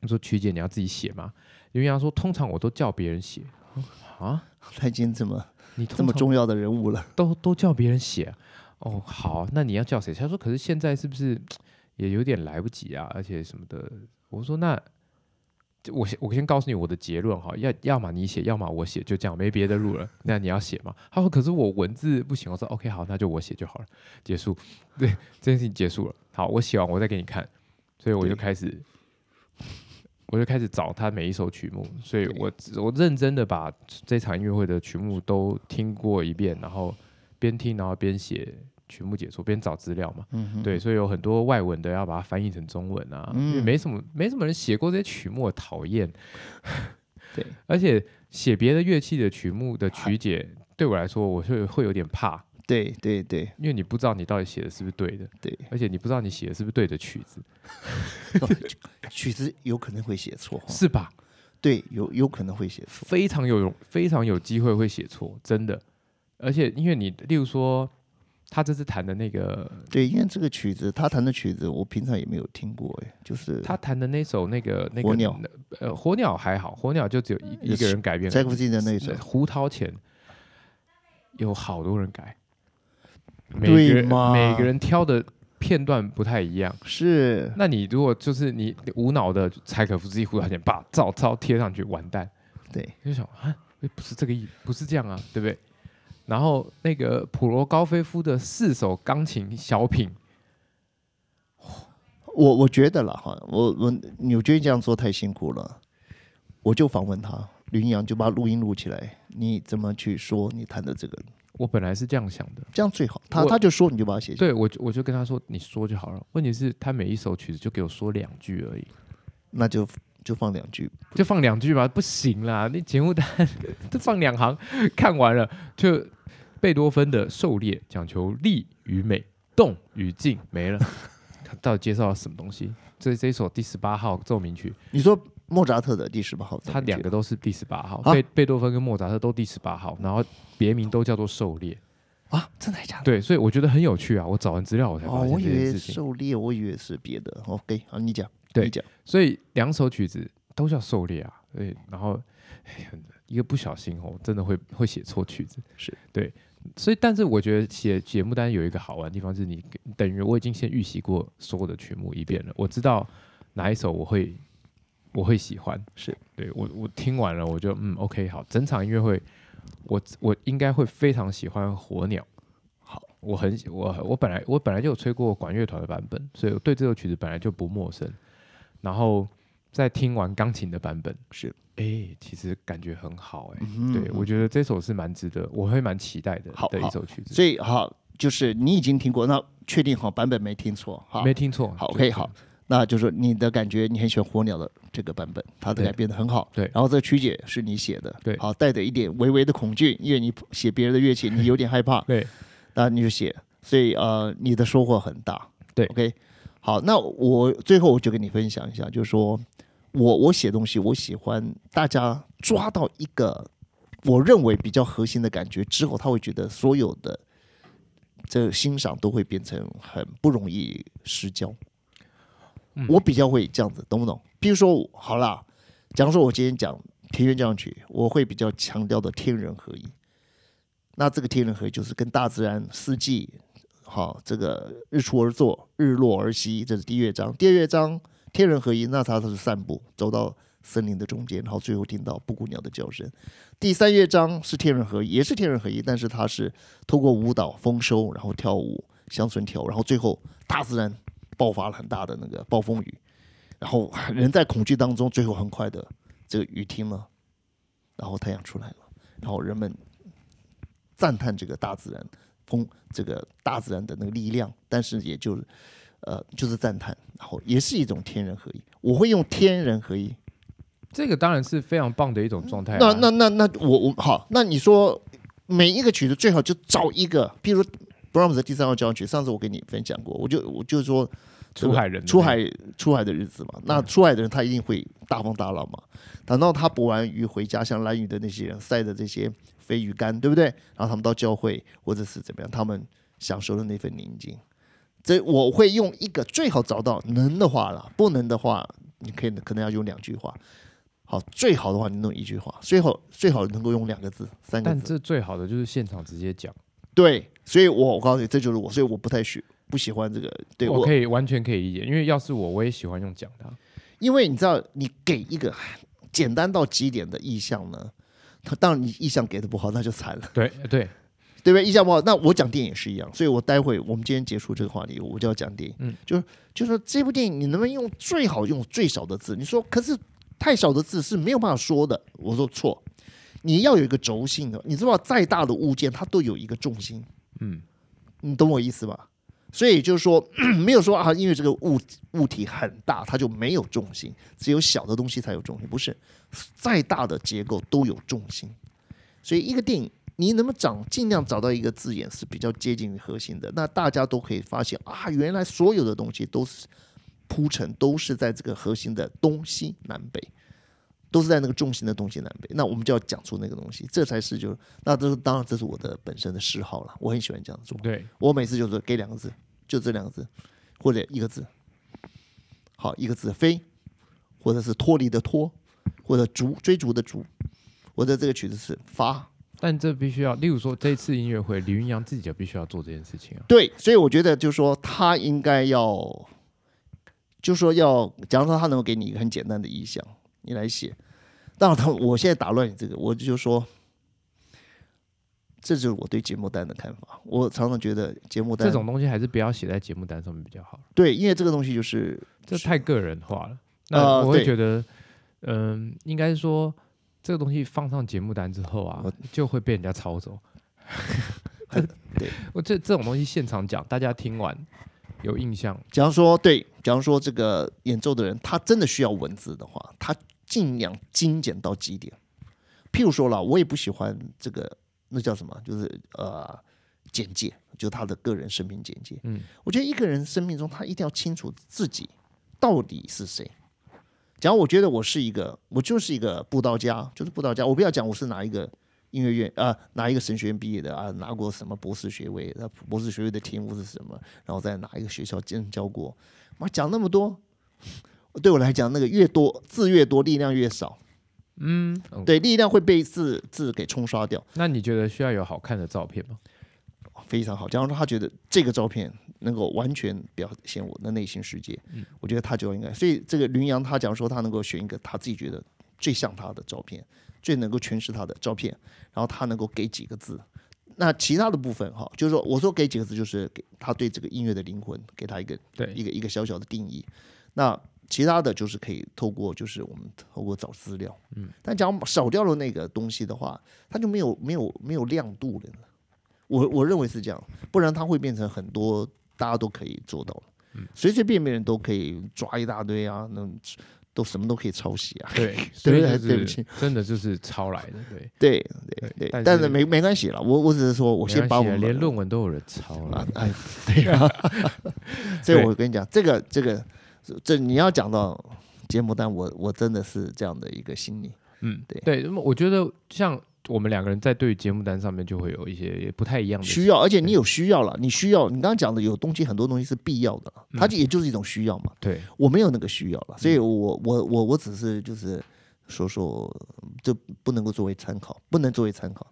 Speaker 1: 我说曲姐你要自己写吗？李云阳说通常我都叫别人写我说啊，
Speaker 2: 他已经这么
Speaker 1: 你
Speaker 2: 这
Speaker 1: 通
Speaker 2: 么
Speaker 1: 常
Speaker 2: 重要的人物了，
Speaker 1: 都都叫别人写啊、哦，好，那你要叫谁？他说可是现在是不是也有点来不及啊？而且什么的，我说那。就我先我先告诉你我的结论哈，要要么你写，要么我写，就这样，没别的路了。那你要写吗？他说，可是我文字不行。我说，OK，好，那就我写就好了，结束。对，这件事情结束了。好，我写完我再给你看。所以我就
Speaker 2: 对
Speaker 1: 开始，我就开始找他每一首曲目。所以
Speaker 2: 对
Speaker 1: 我我认真的把这场音乐会的曲目都听过一遍，然后边听然后边写曲目解说，边找资料嘛。
Speaker 2: 嗯哼，
Speaker 1: 对，所以有很多外文的要把它翻译成中文啊，因为
Speaker 2: 嗯
Speaker 1: 没什么没什么人写过这些曲目，我讨厌。
Speaker 2: 对，啊
Speaker 1: 而且写别的乐器的曲目的曲解，对我来说，我是会有点怕，
Speaker 2: 对对对，
Speaker 1: 因为你不知道你到底写的是不是对的，
Speaker 2: 对，
Speaker 1: 而且你不知道你写的是不是对的曲子，
Speaker 2: 曲子有可能会写错哈，
Speaker 1: 是吧？
Speaker 2: 对，有有可能会写哦错，
Speaker 1: 非常有非常有机会会写错，真的。而且因为你，例如说，他这次弹的那个，
Speaker 2: 对，因为这个曲子他弹的曲子我平常也没有听过，哎，就是
Speaker 1: 他弹的那首那个那个
Speaker 2: 火鸟，呃
Speaker 1: 呃，火鸟还好，火鸟就只有一一个人改编而已，
Speaker 2: 柴可夫斯基的那一首
Speaker 1: 呃，胡桃钳有好多人改，每
Speaker 2: 对
Speaker 1: 个人
Speaker 2: 嘛
Speaker 1: 每个人挑的片段不太一样。
Speaker 2: 是
Speaker 1: 那你如果就是你无脑的柴可夫斯基胡桃钳，把照照贴上去，完蛋。
Speaker 2: 对，
Speaker 1: 你就想啊，诶不是这个意，不是这样啊，对不对？然后那个普罗高菲夫的四首钢琴小品，
Speaker 2: 我我觉得了哈，我我纽约这样做太辛苦了，我就访问他，林阳就把录音录起来，你怎么去说你谈的这个，
Speaker 1: 我本来是这样想的。
Speaker 2: 这样最好。他
Speaker 1: 我
Speaker 2: 他就说你就把它写下来，
Speaker 1: 对我就，我就跟他说，你说就好了。问题是，他每一首曲子就给我说两句而已，
Speaker 2: 那就就放两句。
Speaker 1: 就放两句吧，不行啦，那节目单 就放两行，看完了就贝多芬的《狩猎》讲求力与美，动与静没了。 他到底介绍了什么东西？这这一首第十八号奏鸣曲，
Speaker 2: 你说莫扎特的第十八号奏鸣曲，
Speaker 1: 它两个都是第十八号，
Speaker 2: 啊
Speaker 1: 贝贝多芬跟莫扎特都第十八号，然后别名都叫做狩猎。
Speaker 2: 啊，真的还假的？
Speaker 1: 对，所以我觉得很有趣啊！我找完资料我才
Speaker 2: 哦
Speaker 1: 发，现
Speaker 2: 我以
Speaker 1: 这件
Speaker 2: 为
Speaker 1: 事情。
Speaker 2: 狩猎，我以为是别的。OK，好，哦你讲，
Speaker 1: 对
Speaker 2: 你讲，
Speaker 1: 所以两首曲子都叫狩猎啊，对，然后哎很一个不小心哦，真的会会写错曲子，
Speaker 2: 是
Speaker 1: 对，所以但是我觉得写节目单有一个好玩的地方，是你等于我已经先预习过所有的曲目一遍了，我知道哪一首我会我会喜欢，
Speaker 2: 是
Speaker 1: 对我我听完了我就嗯 OK 好，整场音乐会我我应该会非常喜欢火鸟。
Speaker 2: 好，
Speaker 1: 我很喜我我本来我本来就有吹过管乐团的版本，所以我对这首曲子本来就不陌生。然后再听完钢琴的版本，
Speaker 2: 是，
Speaker 1: 哎、其实感觉很好、诶。哎、
Speaker 2: 嗯
Speaker 1: 对我觉得这首是蛮值得，我会蛮期待的
Speaker 2: 好
Speaker 1: 的一
Speaker 2: 好
Speaker 1: 首曲子。
Speaker 2: 所以好，就是你已经听过，那确定好版本没听错哈。
Speaker 1: 没听错，
Speaker 2: 好
Speaker 1: 就
Speaker 2: ，OK，好，那就是你的感觉，你很喜欢火鸟的这个版本，它的
Speaker 1: 对
Speaker 2: 改编的很好。
Speaker 1: 对
Speaker 2: 然后这个曲解是你写的，
Speaker 1: 对，
Speaker 2: 好，带着一点微微的恐惧，因为你写别人的乐器，你有点害怕
Speaker 1: 对，
Speaker 2: 那你就写，所以呃，你的收获很大。
Speaker 1: 对
Speaker 2: ，OK，好，那我最后我就跟你分享一下，就是说我我写东西，我喜欢大家抓到一个我认为比较核心的感觉之后，他会觉得所有的。这欣赏都会变成很不容易失焦，
Speaker 1: 嗯
Speaker 2: 我比较会这样子，懂不懂？比如说，好啦，假如说我今天讲田园交响曲，我会比较强调的天人合一。那这个天人合一就是跟大自然、四季，好，这个日出而作，日落而息，这是第一乐章。第二乐章天人合一，那它就是散步，走到森林的中间，然后最后听到布谷鸟的叫声。第三乐章是天人合一，也是天人合一，但是它是透过舞蹈、丰收，然后跳舞、乡村调，然后最后大自然爆发了很大的那个暴风雨，然后人在恐惧当中，最后很快的这个雨停了，然后太阳出来了，然后人们赞叹这个大自然风，这个大自然的那个力量，但是也就是呃就是赞叹，然后也是一种天人合一。我会用天人合一。
Speaker 1: 这个当然是非常棒的一种状态、啊。
Speaker 2: 那那那那我我好，那你说每一个曲子最好就找一个，比如 Brahms 的第三号交响曲，上次我跟你分享过，我就我就说
Speaker 1: 出海人，
Speaker 2: 出，海出海的日子嘛，那出海的人他一定会大风大浪嘛。等到他捕完鱼回家，像蓝鱼的那些人晒的这些飞鱼干，对不对？然后他们到教会或者是怎么样，他们享受的那份宁静。这我会用一个最好找到能的话啦，不能的话你可以可能要用两句话。好，最好的话你弄一句话，最好最好能够用两个字、三个
Speaker 1: 但
Speaker 2: 字。
Speaker 1: 这最好的就是现场直接讲，
Speaker 2: 对，所以我我告诉你，这就是我，所以我不太喜不喜欢这个。对
Speaker 1: 我可以完全可以理解，因为要是我，我也喜欢用讲的啊、
Speaker 2: 因为你知道，你给一个简单到极点的意向呢，他当然你意向给的不好，那就惨了，
Speaker 1: 对 对，
Speaker 2: 对不对？意向不好，那我讲电影也是一样，所以我待会我们今天结束这个话题，我就要讲电影，
Speaker 1: 嗯
Speaker 2: 就是就是说这部电影你能不能用最好用最少的字？你说可是太少的字是没有办法说的，我说错，你要有一个轴心的，你知道再大的物件它都有一个重心，
Speaker 1: 嗯，
Speaker 2: 你懂我意思吧？所以就是说， 没有说啊，因为这个物物体很大，它就没有重心，只有小的东西才有重心，不是？再大的结构都有重心。所以一个电影，你能不能找尽量找到一个字眼是比较接近于核心的，那大家都可以发现啊，原来所有的东西都是铺陈，都是在这个核心的东西南北，都是在那个重心的东西南北。那我们就要讲出那个东西，这才是就是那这是当然这是我的本身的嗜好了，我很喜欢这样做。
Speaker 1: 对，
Speaker 2: 我每次就是给两个字，就这两个字，或者一个字。好，一个字飞，或者是脱离的脱，或者逐追逐的逐，或者这个曲子是发。
Speaker 1: 但这必须要，例如说这次音乐会，李云阳自己就必须要做这件事情啊。
Speaker 2: 对，所以我觉得就是说他应该要，就说要，假如说他能够给你一个很简单的意向，你来写。当然他，我现在打乱你这个，我就说。这就是我对节目单的看法。我常常觉得节目单
Speaker 1: 这种东西还是不要写在节目单上面比较好，
Speaker 2: 对，因为这个东西就是
Speaker 1: 这
Speaker 2: 是
Speaker 1: 太个人化了。那
Speaker 2: 呃
Speaker 1: 我会
Speaker 2: 对
Speaker 1: 觉得，嗯、应该说这个东西放上节目单之后啊
Speaker 2: 我，
Speaker 1: 就会被人家抄 走。
Speaker 2: 对，
Speaker 1: 我这这种东西现场讲，大家听完有印象，
Speaker 2: 假如说对，假如说这个演奏的人他真的需要文字的话，他尽量精简到极点。譬如说了，我也不喜欢这个那叫什么，就是呃简介，就他的个人生命简介。
Speaker 1: 嗯，
Speaker 2: 我觉得一个人生命中他一定要清楚自己到底是谁。假如我觉得我是一个，我就是一个布道家，就是布道家，我不要讲我是哪一个音乐院啊、呃哪一个神学院毕业的啊，拿过什么博士学位，那博士学位的题目是什么？然后在哪一个学校任教过。妈，讲那么多，对我来讲，那个越多字越多，力量越少。
Speaker 1: 嗯，嗯
Speaker 2: 对，力量会被字字给冲刷掉，
Speaker 1: 那你觉得需要有好看的照片吗？
Speaker 2: 非常好。假如说他觉得这个照片能够完全表现我的内心世界，我觉得他就应该。所以这个林阳他讲说，他能够选一个他自己觉得最像他的照片，最能够诠释他的照片，然后他能够给几个字。那其他的部分哈，就是说，我说给几个字，就是给他对这个音乐的灵魂，给他一个一
Speaker 1: 对，
Speaker 2: 个一个小小的定义。那其他的就是可以透过就是我们透过找资料，嗯，但假如少掉了那个东西的话，它就没有没有没有亮度了呢。我我认为是这样，不然它会变成很多大家都可以做到
Speaker 1: 嗯
Speaker 2: 了，随随便便人都可以抓一大堆啊，那都什么都可以抄袭啊。
Speaker 1: 对， 所以
Speaker 2: 对
Speaker 1: 就
Speaker 2: 对
Speaker 1: 是
Speaker 2: 不起
Speaker 1: 真的就是抄来的，对。
Speaker 2: 对
Speaker 1: 对
Speaker 2: 对，
Speaker 1: 但
Speaker 2: 但
Speaker 1: 是
Speaker 2: 是没没关系了，我我只是说我先
Speaker 1: 没关
Speaker 2: 把我
Speaker 1: 系啊
Speaker 2: 们
Speaker 1: 连论文都有人抄
Speaker 2: 啊
Speaker 1: 了，，
Speaker 2: 哎，对啊，所以我跟你讲，这个这个这你要讲到节目单，我我真的是这样的一个心理，
Speaker 1: 嗯，
Speaker 2: 对
Speaker 1: 对，那么我觉得像我们两个人在对于节目单上面就会有一些不太一样的
Speaker 2: 需要，而且你有需要了，你需要，你刚刚讲的有东西，很多东西是必要的，
Speaker 1: 嗯
Speaker 2: 它就也就是一种需要嘛。
Speaker 1: 对，
Speaker 2: 我没有那个需要了，所
Speaker 1: 嗯
Speaker 2: 以我我我我只是就是说说，就不能够作为参考，不能作为参考，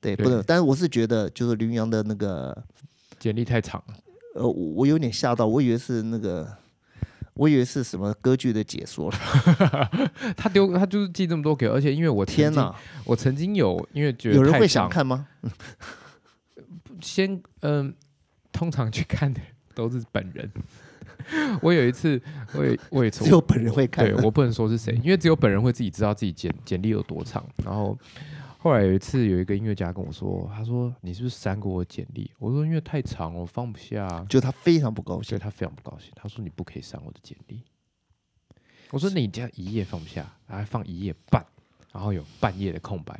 Speaker 2: 对，
Speaker 1: 对
Speaker 2: 不能。但是我是觉得，就是林阳的那个
Speaker 1: 简历太长了，
Speaker 2: 呃，我我有点吓到，我以为是那个，我以为是什么歌剧的解说。
Speaker 1: 他丢他就是寄这么多给我，而且因为我曾
Speaker 2: 天
Speaker 1: 经
Speaker 2: 哪，
Speaker 1: 我曾经有因为觉得
Speaker 2: 有人
Speaker 1: 太
Speaker 2: 会想
Speaker 1: 长
Speaker 2: 看吗？
Speaker 1: 先嗯、通常去看的都是本人。 我有一次，我有我有一次
Speaker 2: 只有本人会看嗯
Speaker 1: 对。我不能说是谁，因为只有本人会自己知道自己简简历有多长。然后后来有一次，有一个音乐家跟我说，他说你是不是删过我简历？我说因为太长了，我放不下啊。
Speaker 2: 就他非常不高
Speaker 1: 所
Speaker 2: 兴
Speaker 1: 以。他非常不高兴，他说你不可以删我的简历。我说你这样一页放不下，还放一页半，然后有半页的空白。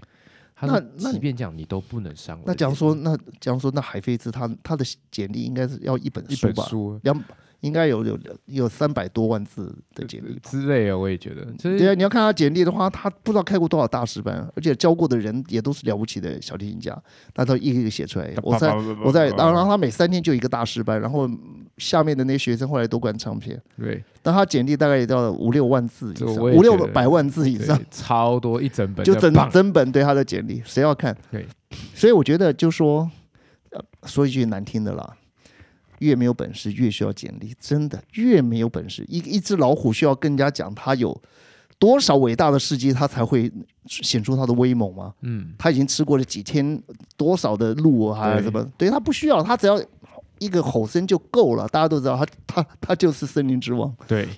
Speaker 1: 他说
Speaker 2: 那那
Speaker 1: 即
Speaker 2: 你
Speaker 1: 便这样，你都不能删我的简
Speaker 2: 那
Speaker 1: 历。
Speaker 2: 假如说，那假如说，那海飞丝他他的简历应该是要一本
Speaker 1: 一
Speaker 2: 书
Speaker 1: 本
Speaker 2: 吧？
Speaker 1: 书
Speaker 2: 两应该有有有三百多万字的简历吧。
Speaker 1: 之类的，我也觉得，就
Speaker 2: 对
Speaker 1: 是
Speaker 2: 啊，你要看他简历的话，他不知道开过多少大师班，而且教过的人也都是了不起的小提琴家，他都一个一个写出来。我在我在，然后然后他每三天就一个大师班，然后下面的那些学生后来都灌唱片，
Speaker 1: 对
Speaker 2: 但他简历大概也到五六万字以
Speaker 1: 这
Speaker 2: 上，
Speaker 1: 我也
Speaker 2: 五六
Speaker 1: 觉得
Speaker 2: 百万字以上
Speaker 1: 对，超多一整本
Speaker 2: 就
Speaker 1: 的
Speaker 2: 整
Speaker 1: 棒
Speaker 2: 整本对他的简历，谁要看？
Speaker 1: 对，
Speaker 2: 所以我觉得就说，呃，说一句难听的啦，越没有本事越需要简历，真的越没有本事，一一只老虎需要跟人家讲他有多少伟大的事迹，他才会显出他的威猛吗？
Speaker 1: 嗯，
Speaker 2: 他已经吃过了几天多少的路啊，还是
Speaker 1: 对
Speaker 2: 什么？对他不需要，他只要一个吼声就够了。大家都知道他他他就是森林之王。
Speaker 1: 对，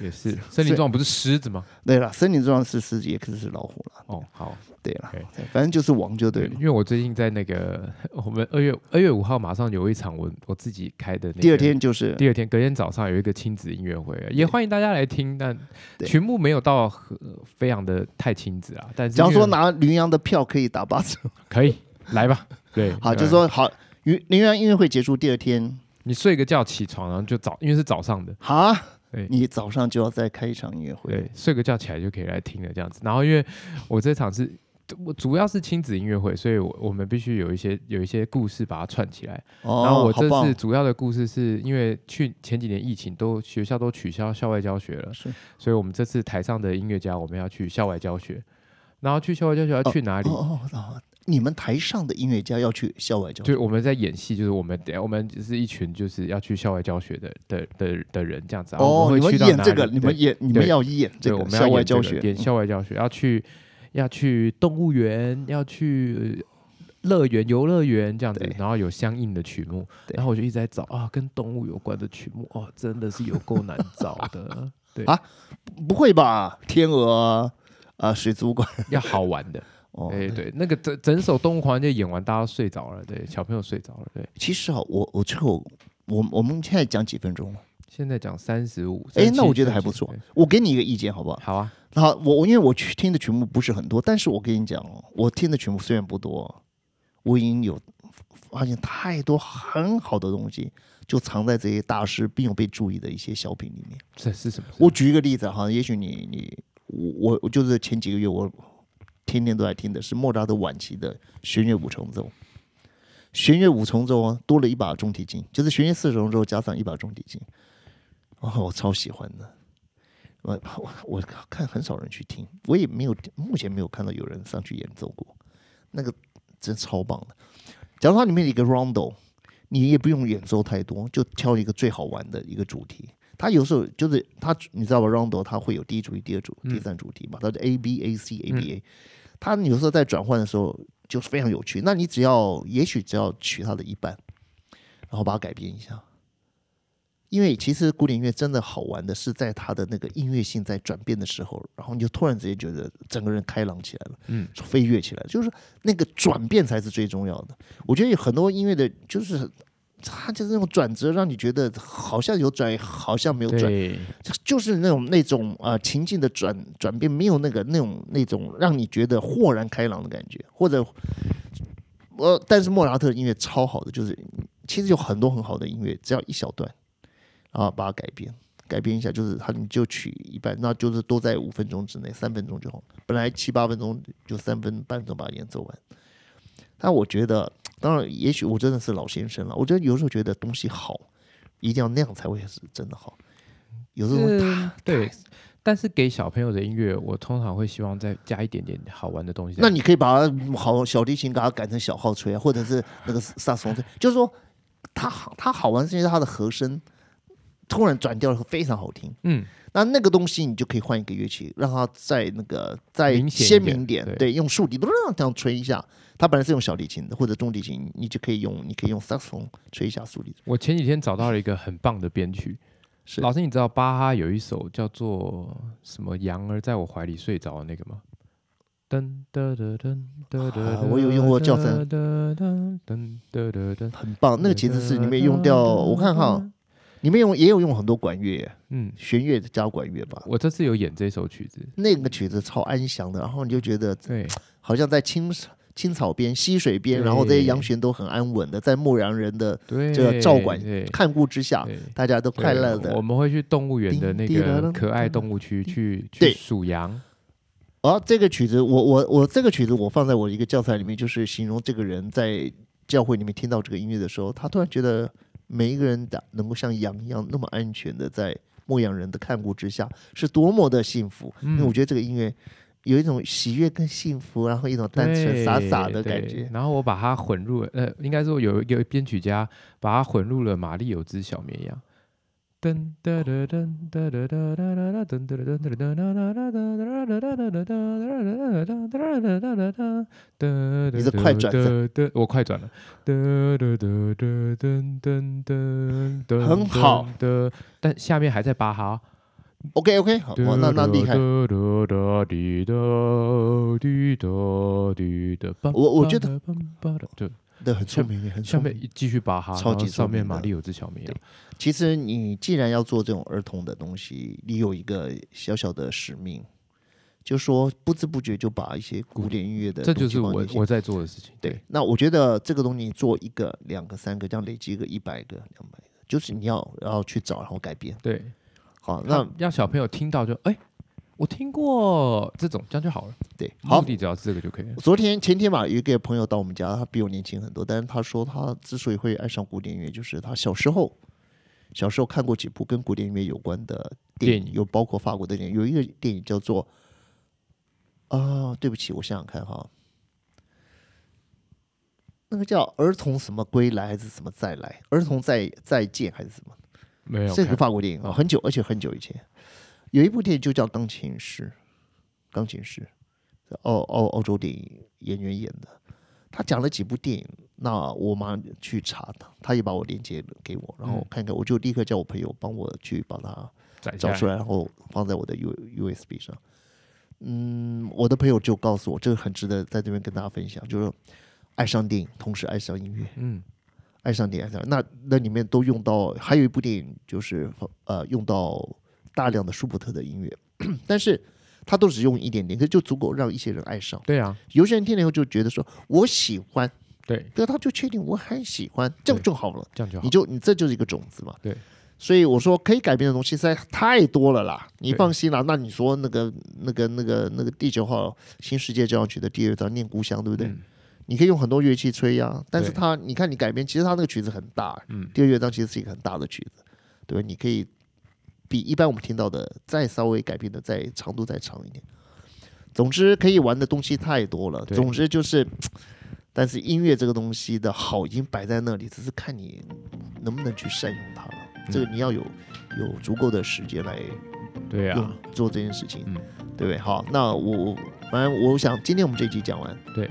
Speaker 1: 也是。森林壮不是狮子吗？
Speaker 2: 对了，森林之王是狮子，也可是老虎了。
Speaker 1: 哦，好，
Speaker 2: 对了
Speaker 1: OK，
Speaker 2: 反正就是王就对了。
Speaker 1: 因为我最近在那个我们二月二月五号马上有一场我我自己开的那个
Speaker 2: 第二天就是
Speaker 1: 第二天，隔天早上有一个亲子音乐会，啊也欢迎大家来听。但
Speaker 2: 对
Speaker 1: 曲目没有到很非常的太亲子啊，但是
Speaker 2: 假如
Speaker 1: 因为
Speaker 2: 说拿羚羊的票可以打八折，
Speaker 1: 可以来吧，对，
Speaker 2: 好，
Speaker 1: 嗯
Speaker 2: 就是说好，羚羚羊音乐会结束第二天，
Speaker 1: 你睡个觉起床，然后就早，因为是早上的，
Speaker 2: 哈
Speaker 1: 对，
Speaker 2: 你早上就要再开一场音乐会，
Speaker 1: 对，睡个觉起来就可以来听了这样子。然后因为我这场是。我主要是亲子音乐会，所以我我们必须有一些有一些故事把它串起来。
Speaker 2: 哦，
Speaker 1: 然后我这
Speaker 2: 好
Speaker 1: 次
Speaker 2: 棒，
Speaker 1: 主要的故事是因为去前几年疫情都学校都取消校外教学了，
Speaker 2: 是
Speaker 1: 所以我们这次台上的音乐家我们要去校外教学，然后去校外教学要去哪里？
Speaker 2: 哦哦哦，你们台上的音乐家要去校外教学，
Speaker 1: 就我们在演戏，就是我们我们就是一群就是要去校外教学的的的的人这样子。然后我
Speaker 2: 哦，
Speaker 1: 们
Speaker 2: 你
Speaker 1: 会
Speaker 2: 们
Speaker 1: 去到
Speaker 2: 演
Speaker 1: 哪
Speaker 2: 这个，
Speaker 1: 里
Speaker 2: 你们
Speaker 1: 对
Speaker 2: 演，你
Speaker 1: 对
Speaker 2: 们要演这
Speaker 1: 对我
Speaker 2: 个
Speaker 1: 们要
Speaker 2: 校外
Speaker 1: 演这
Speaker 2: 教
Speaker 1: 个
Speaker 2: 学，嗯
Speaker 1: 演校外教学，要去要去动物园，要去呃乐园、游乐园这样子
Speaker 2: 对，
Speaker 1: 然后有相应的曲目，
Speaker 2: 对
Speaker 1: 然后我就一直在找啊，跟动物有关的曲目，哦，真的是有够难找的，对，
Speaker 2: 啊嗯不会吧？天鹅啊啊，水族馆，
Speaker 1: 要好玩的，
Speaker 2: 哦，
Speaker 1: 对对，那个整整首动物狂就演完，大家睡着了，对，小朋友睡着了，对，
Speaker 2: 其实啊，我我这个我我我们现在讲几分钟了，
Speaker 1: 现在讲三十五，
Speaker 2: 哎，那
Speaker 1: 37
Speaker 2: 我觉得还不错，
Speaker 1: 对
Speaker 2: 我给你一个意见好不好？
Speaker 1: 好啊，
Speaker 2: 好，我我因为我去听的曲目不是很多，但是我跟你讲哦，我听的曲目虽然不多，我已经有发现太多很好的东西，就藏在这些大师并有被注意的一些小品里面。
Speaker 1: 这是什么？
Speaker 2: 我举一个例子哈，也许你你我我我就是前几个月我天天都在听的是莫扎特晚期的弦乐五重奏，弦乐五重奏哦多了一把中提琴，就是弦乐四重奏加上一把中提琴，哦，我超喜欢的。我我我看很少人去听，我也没有目前没有看到有人上去演奏过，那个真超棒的。假如它里面有一个 rondo，你也不用演奏太多，就挑一个最好玩的一个主题。它有时候就是它，你知道吧？rondo 它会有第一主题、第二主、
Speaker 1: 嗯
Speaker 2: 第三主题嘛，它就 A B A C A B A。它有时候在转换的时候就是非常有趣。那你只要也许只要取它的一半，然后把它改编一下。因为其实古典音乐真的好玩的是在它的那个音乐性在转变的时候，然后你就突然之间觉得整个人开朗起来了，
Speaker 1: 嗯，
Speaker 2: 飞跃起来，就是那个转变才是最重要的。我觉得有很多音乐的，就是它就是那种转折，让你觉得好像有转，好像没有转，
Speaker 1: 对，
Speaker 2: 就是那种那种啊、呃情境的转转变，没有那个那种那种让你觉得豁然开朗的感觉，或者呃，但是莫扎特的音乐超好的，就是其实有很多很好的音乐，只要一小段啊，把它改编改编一下，就是它你就取一半，那就是都在五分钟之内，三分钟就好了。本来七八分钟就三分半钟把它演奏完，但我觉得，当然，也许我真的是老先生了，我觉得有时候觉得东西好，一定要那样才会是真的好。有时候会
Speaker 1: 嗯，对。但是给小朋友的音乐，我通常会希望再加一点点好玩的东西在里面。
Speaker 2: 那你可以把它好小提琴给它改成小号吹啊，或者是那个萨萨松吹，就是说它好它好玩是因为它的和声突然转调非常好听。
Speaker 1: 嗯，
Speaker 2: 那那个东西你就可以换一个乐器，让它在那个再
Speaker 1: 明显一
Speaker 2: 鲜
Speaker 1: 点
Speaker 2: 明一点，
Speaker 1: 对
Speaker 2: 对，用竖笛嘟这样吹一下。它本来是用小提琴的或者中提琴，你就可以用，你可以用萨克斯风吹一下竖笛。
Speaker 1: 我前几天找到了一个很棒的编曲，
Speaker 2: 是
Speaker 1: 老师，你知道巴哈有一首叫做什么《羊儿在我怀里睡着》的那个吗？噔噔噔噔噔
Speaker 2: 啊
Speaker 1: 噔，
Speaker 2: 我有用过叫声
Speaker 1: 噔噔噔噔噔噔，
Speaker 2: 很棒，那个其实是里面用掉，我看哈，，里面用也有用很多管乐、
Speaker 1: 嗯，
Speaker 2: 弦乐加管乐吧。
Speaker 1: 我这次有演这首曲子，
Speaker 2: 那个曲子超安详的，然后你就觉得
Speaker 1: 对，
Speaker 2: 好像在青青草边、溪水边，然后这些羊群都很安稳的，在牧羊人的
Speaker 1: 对，
Speaker 2: 这个照管
Speaker 1: 对
Speaker 2: 看顾之下，
Speaker 1: 对
Speaker 2: 大家都快乐
Speaker 1: 对我
Speaker 2: 的。
Speaker 1: 们会去动物园的那
Speaker 2: 叮叮当
Speaker 1: 个
Speaker 2: 当
Speaker 1: 可爱动物区去
Speaker 2: 对
Speaker 1: 去数羊，
Speaker 2: 哦，这个曲子，我我我这个曲子，我放在我一个教材里面，就是形容这个人在教会里面听到这个音乐的时候，他突然觉得每一个人的能够像羊一样那么安全的在牧羊人的看顾之下，是多么的幸福。因为我
Speaker 1: 嗯，
Speaker 2: 觉得这个音乐有一种喜悦跟幸福，然后一种单纯
Speaker 1: 对
Speaker 2: 傻傻的感
Speaker 1: 对
Speaker 2: 觉。
Speaker 1: 然后我把它混入了，呃，应该说有一个编曲家把它混入了《玛丽有只小绵羊》。噔噔噔噔噔噔噔噔噔噔噔噔噔噔噔噔噔噔噔噔噔噔噔噔噔噔
Speaker 2: 你是快转
Speaker 1: 噔噔，我快转了。噔噔噔噔噔噔噔噔，
Speaker 2: 很好
Speaker 1: 的，但下面还在巴哈。
Speaker 2: OK OK，好，哇，那那厉害。
Speaker 1: 我
Speaker 2: 我觉得
Speaker 1: 就
Speaker 2: 对，很聪明，很
Speaker 1: 下
Speaker 2: 聪明
Speaker 1: 面。继续拔哈，
Speaker 2: 超级
Speaker 1: 然后上面
Speaker 2: 聪明的
Speaker 1: 玛丽有只小绵羊，
Speaker 2: 其实你既然要做这种儿童的东西，你有一个小小的使命，就说不知不觉就把一些古典音乐的
Speaker 1: 这就
Speaker 2: 东西
Speaker 1: 是
Speaker 2: 往
Speaker 1: 我
Speaker 2: 你心
Speaker 1: 我在做的事情。
Speaker 2: 对。那我觉得这个东西你做一个、两个、三个，这样累积个一百个、两百个，就是你要然后去找，然后改变。
Speaker 1: 对，
Speaker 2: 好，
Speaker 1: 那
Speaker 2: 那
Speaker 1: 让小朋友听到就哎，我听过这种，这样就好了。
Speaker 2: 对，好
Speaker 1: 目，的只要是这个就可以了。
Speaker 2: 昨天前天吧，有一个朋友到我们家，他比我年轻很多，但是他说他之所以会爱上古典音乐，就是他小时候小时候看过几部跟古典音乐有关的电影，
Speaker 1: 电影
Speaker 2: 有包括法国的电影，有一个电影叫做啊，对不起，我想想看哈，那个叫《儿童什么归来》还是什么再来，《儿童再再见》还是什么？
Speaker 1: 没有嗯
Speaker 2: 这
Speaker 1: 看
Speaker 2: 个法国电影啊，很久，而且很久以前，有一部电影就叫《钢琴师》，钢琴师，是澳澳澳洲电影演员演的。他讲了几部电影，那我马上去查他，他也把我链接给我，然后我
Speaker 1: 嗯
Speaker 2: 看看，我就立刻叫我朋友帮我去把它
Speaker 1: 载下
Speaker 2: 找出
Speaker 1: 来，
Speaker 2: 来，然后放在我的 U USB 上。嗯，我的朋友就告诉我，这个很值得在这边跟大家分享，就是爱上电影，同时爱上音乐。
Speaker 1: 嗯，
Speaker 2: 爱上你，爱上你那那里面都用到，还有一部电影就是呃用到大量的舒伯特的音乐， 但是他都只用一点点，可就足够让一些人爱上。
Speaker 1: 对啊，
Speaker 2: 有些人听了以后就觉得说我喜欢，
Speaker 1: 对，
Speaker 2: 对，他就确定我很喜欢，这样
Speaker 1: 对
Speaker 2: 就好了。
Speaker 1: 这样就好
Speaker 2: 你。就你这就是一个种子嘛。
Speaker 1: 对。
Speaker 2: 所以我说可以改变的东西实在太多了啦，你
Speaker 1: 对
Speaker 2: 放心啦。那你说那个那个那个那个第九号新世界交响曲的第二章《念故乡》，对不对？
Speaker 1: 嗯
Speaker 2: 你可以用很多乐器吹呀、但是
Speaker 1: 对
Speaker 2: 它你看你改编，其实它那个曲子很大、
Speaker 1: 嗯，
Speaker 2: 第二乐章其实是一个很大的曲子，对吧？你可以比一般我们听到的再稍微改变的再长度再长一点。总之，可以玩的东西太多了。
Speaker 1: 对
Speaker 2: 总之就是，但是音乐这个东西的好已经摆在那里，只是看你能不能去善用它了。这个你要有有足够的时间来
Speaker 1: 对
Speaker 2: 用
Speaker 1: 啊，
Speaker 2: 做这件事情，
Speaker 1: 嗯
Speaker 2: 对不对？好，那我反正我想今天我们这一集讲完，
Speaker 1: 对，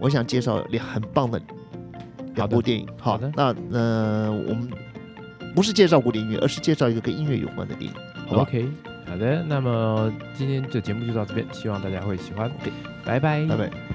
Speaker 2: 我想介绍两很棒的两
Speaker 1: 好的
Speaker 2: 部电影。
Speaker 1: 好
Speaker 2: 好，
Speaker 1: 的
Speaker 2: 那呃，我们不是介绍古典音乐，而是介绍一个跟音乐有关的电影，好吧
Speaker 1: OK，好的，那么今天这节目就到这边，希望大家会喜欢。拜拜，
Speaker 2: 拜拜。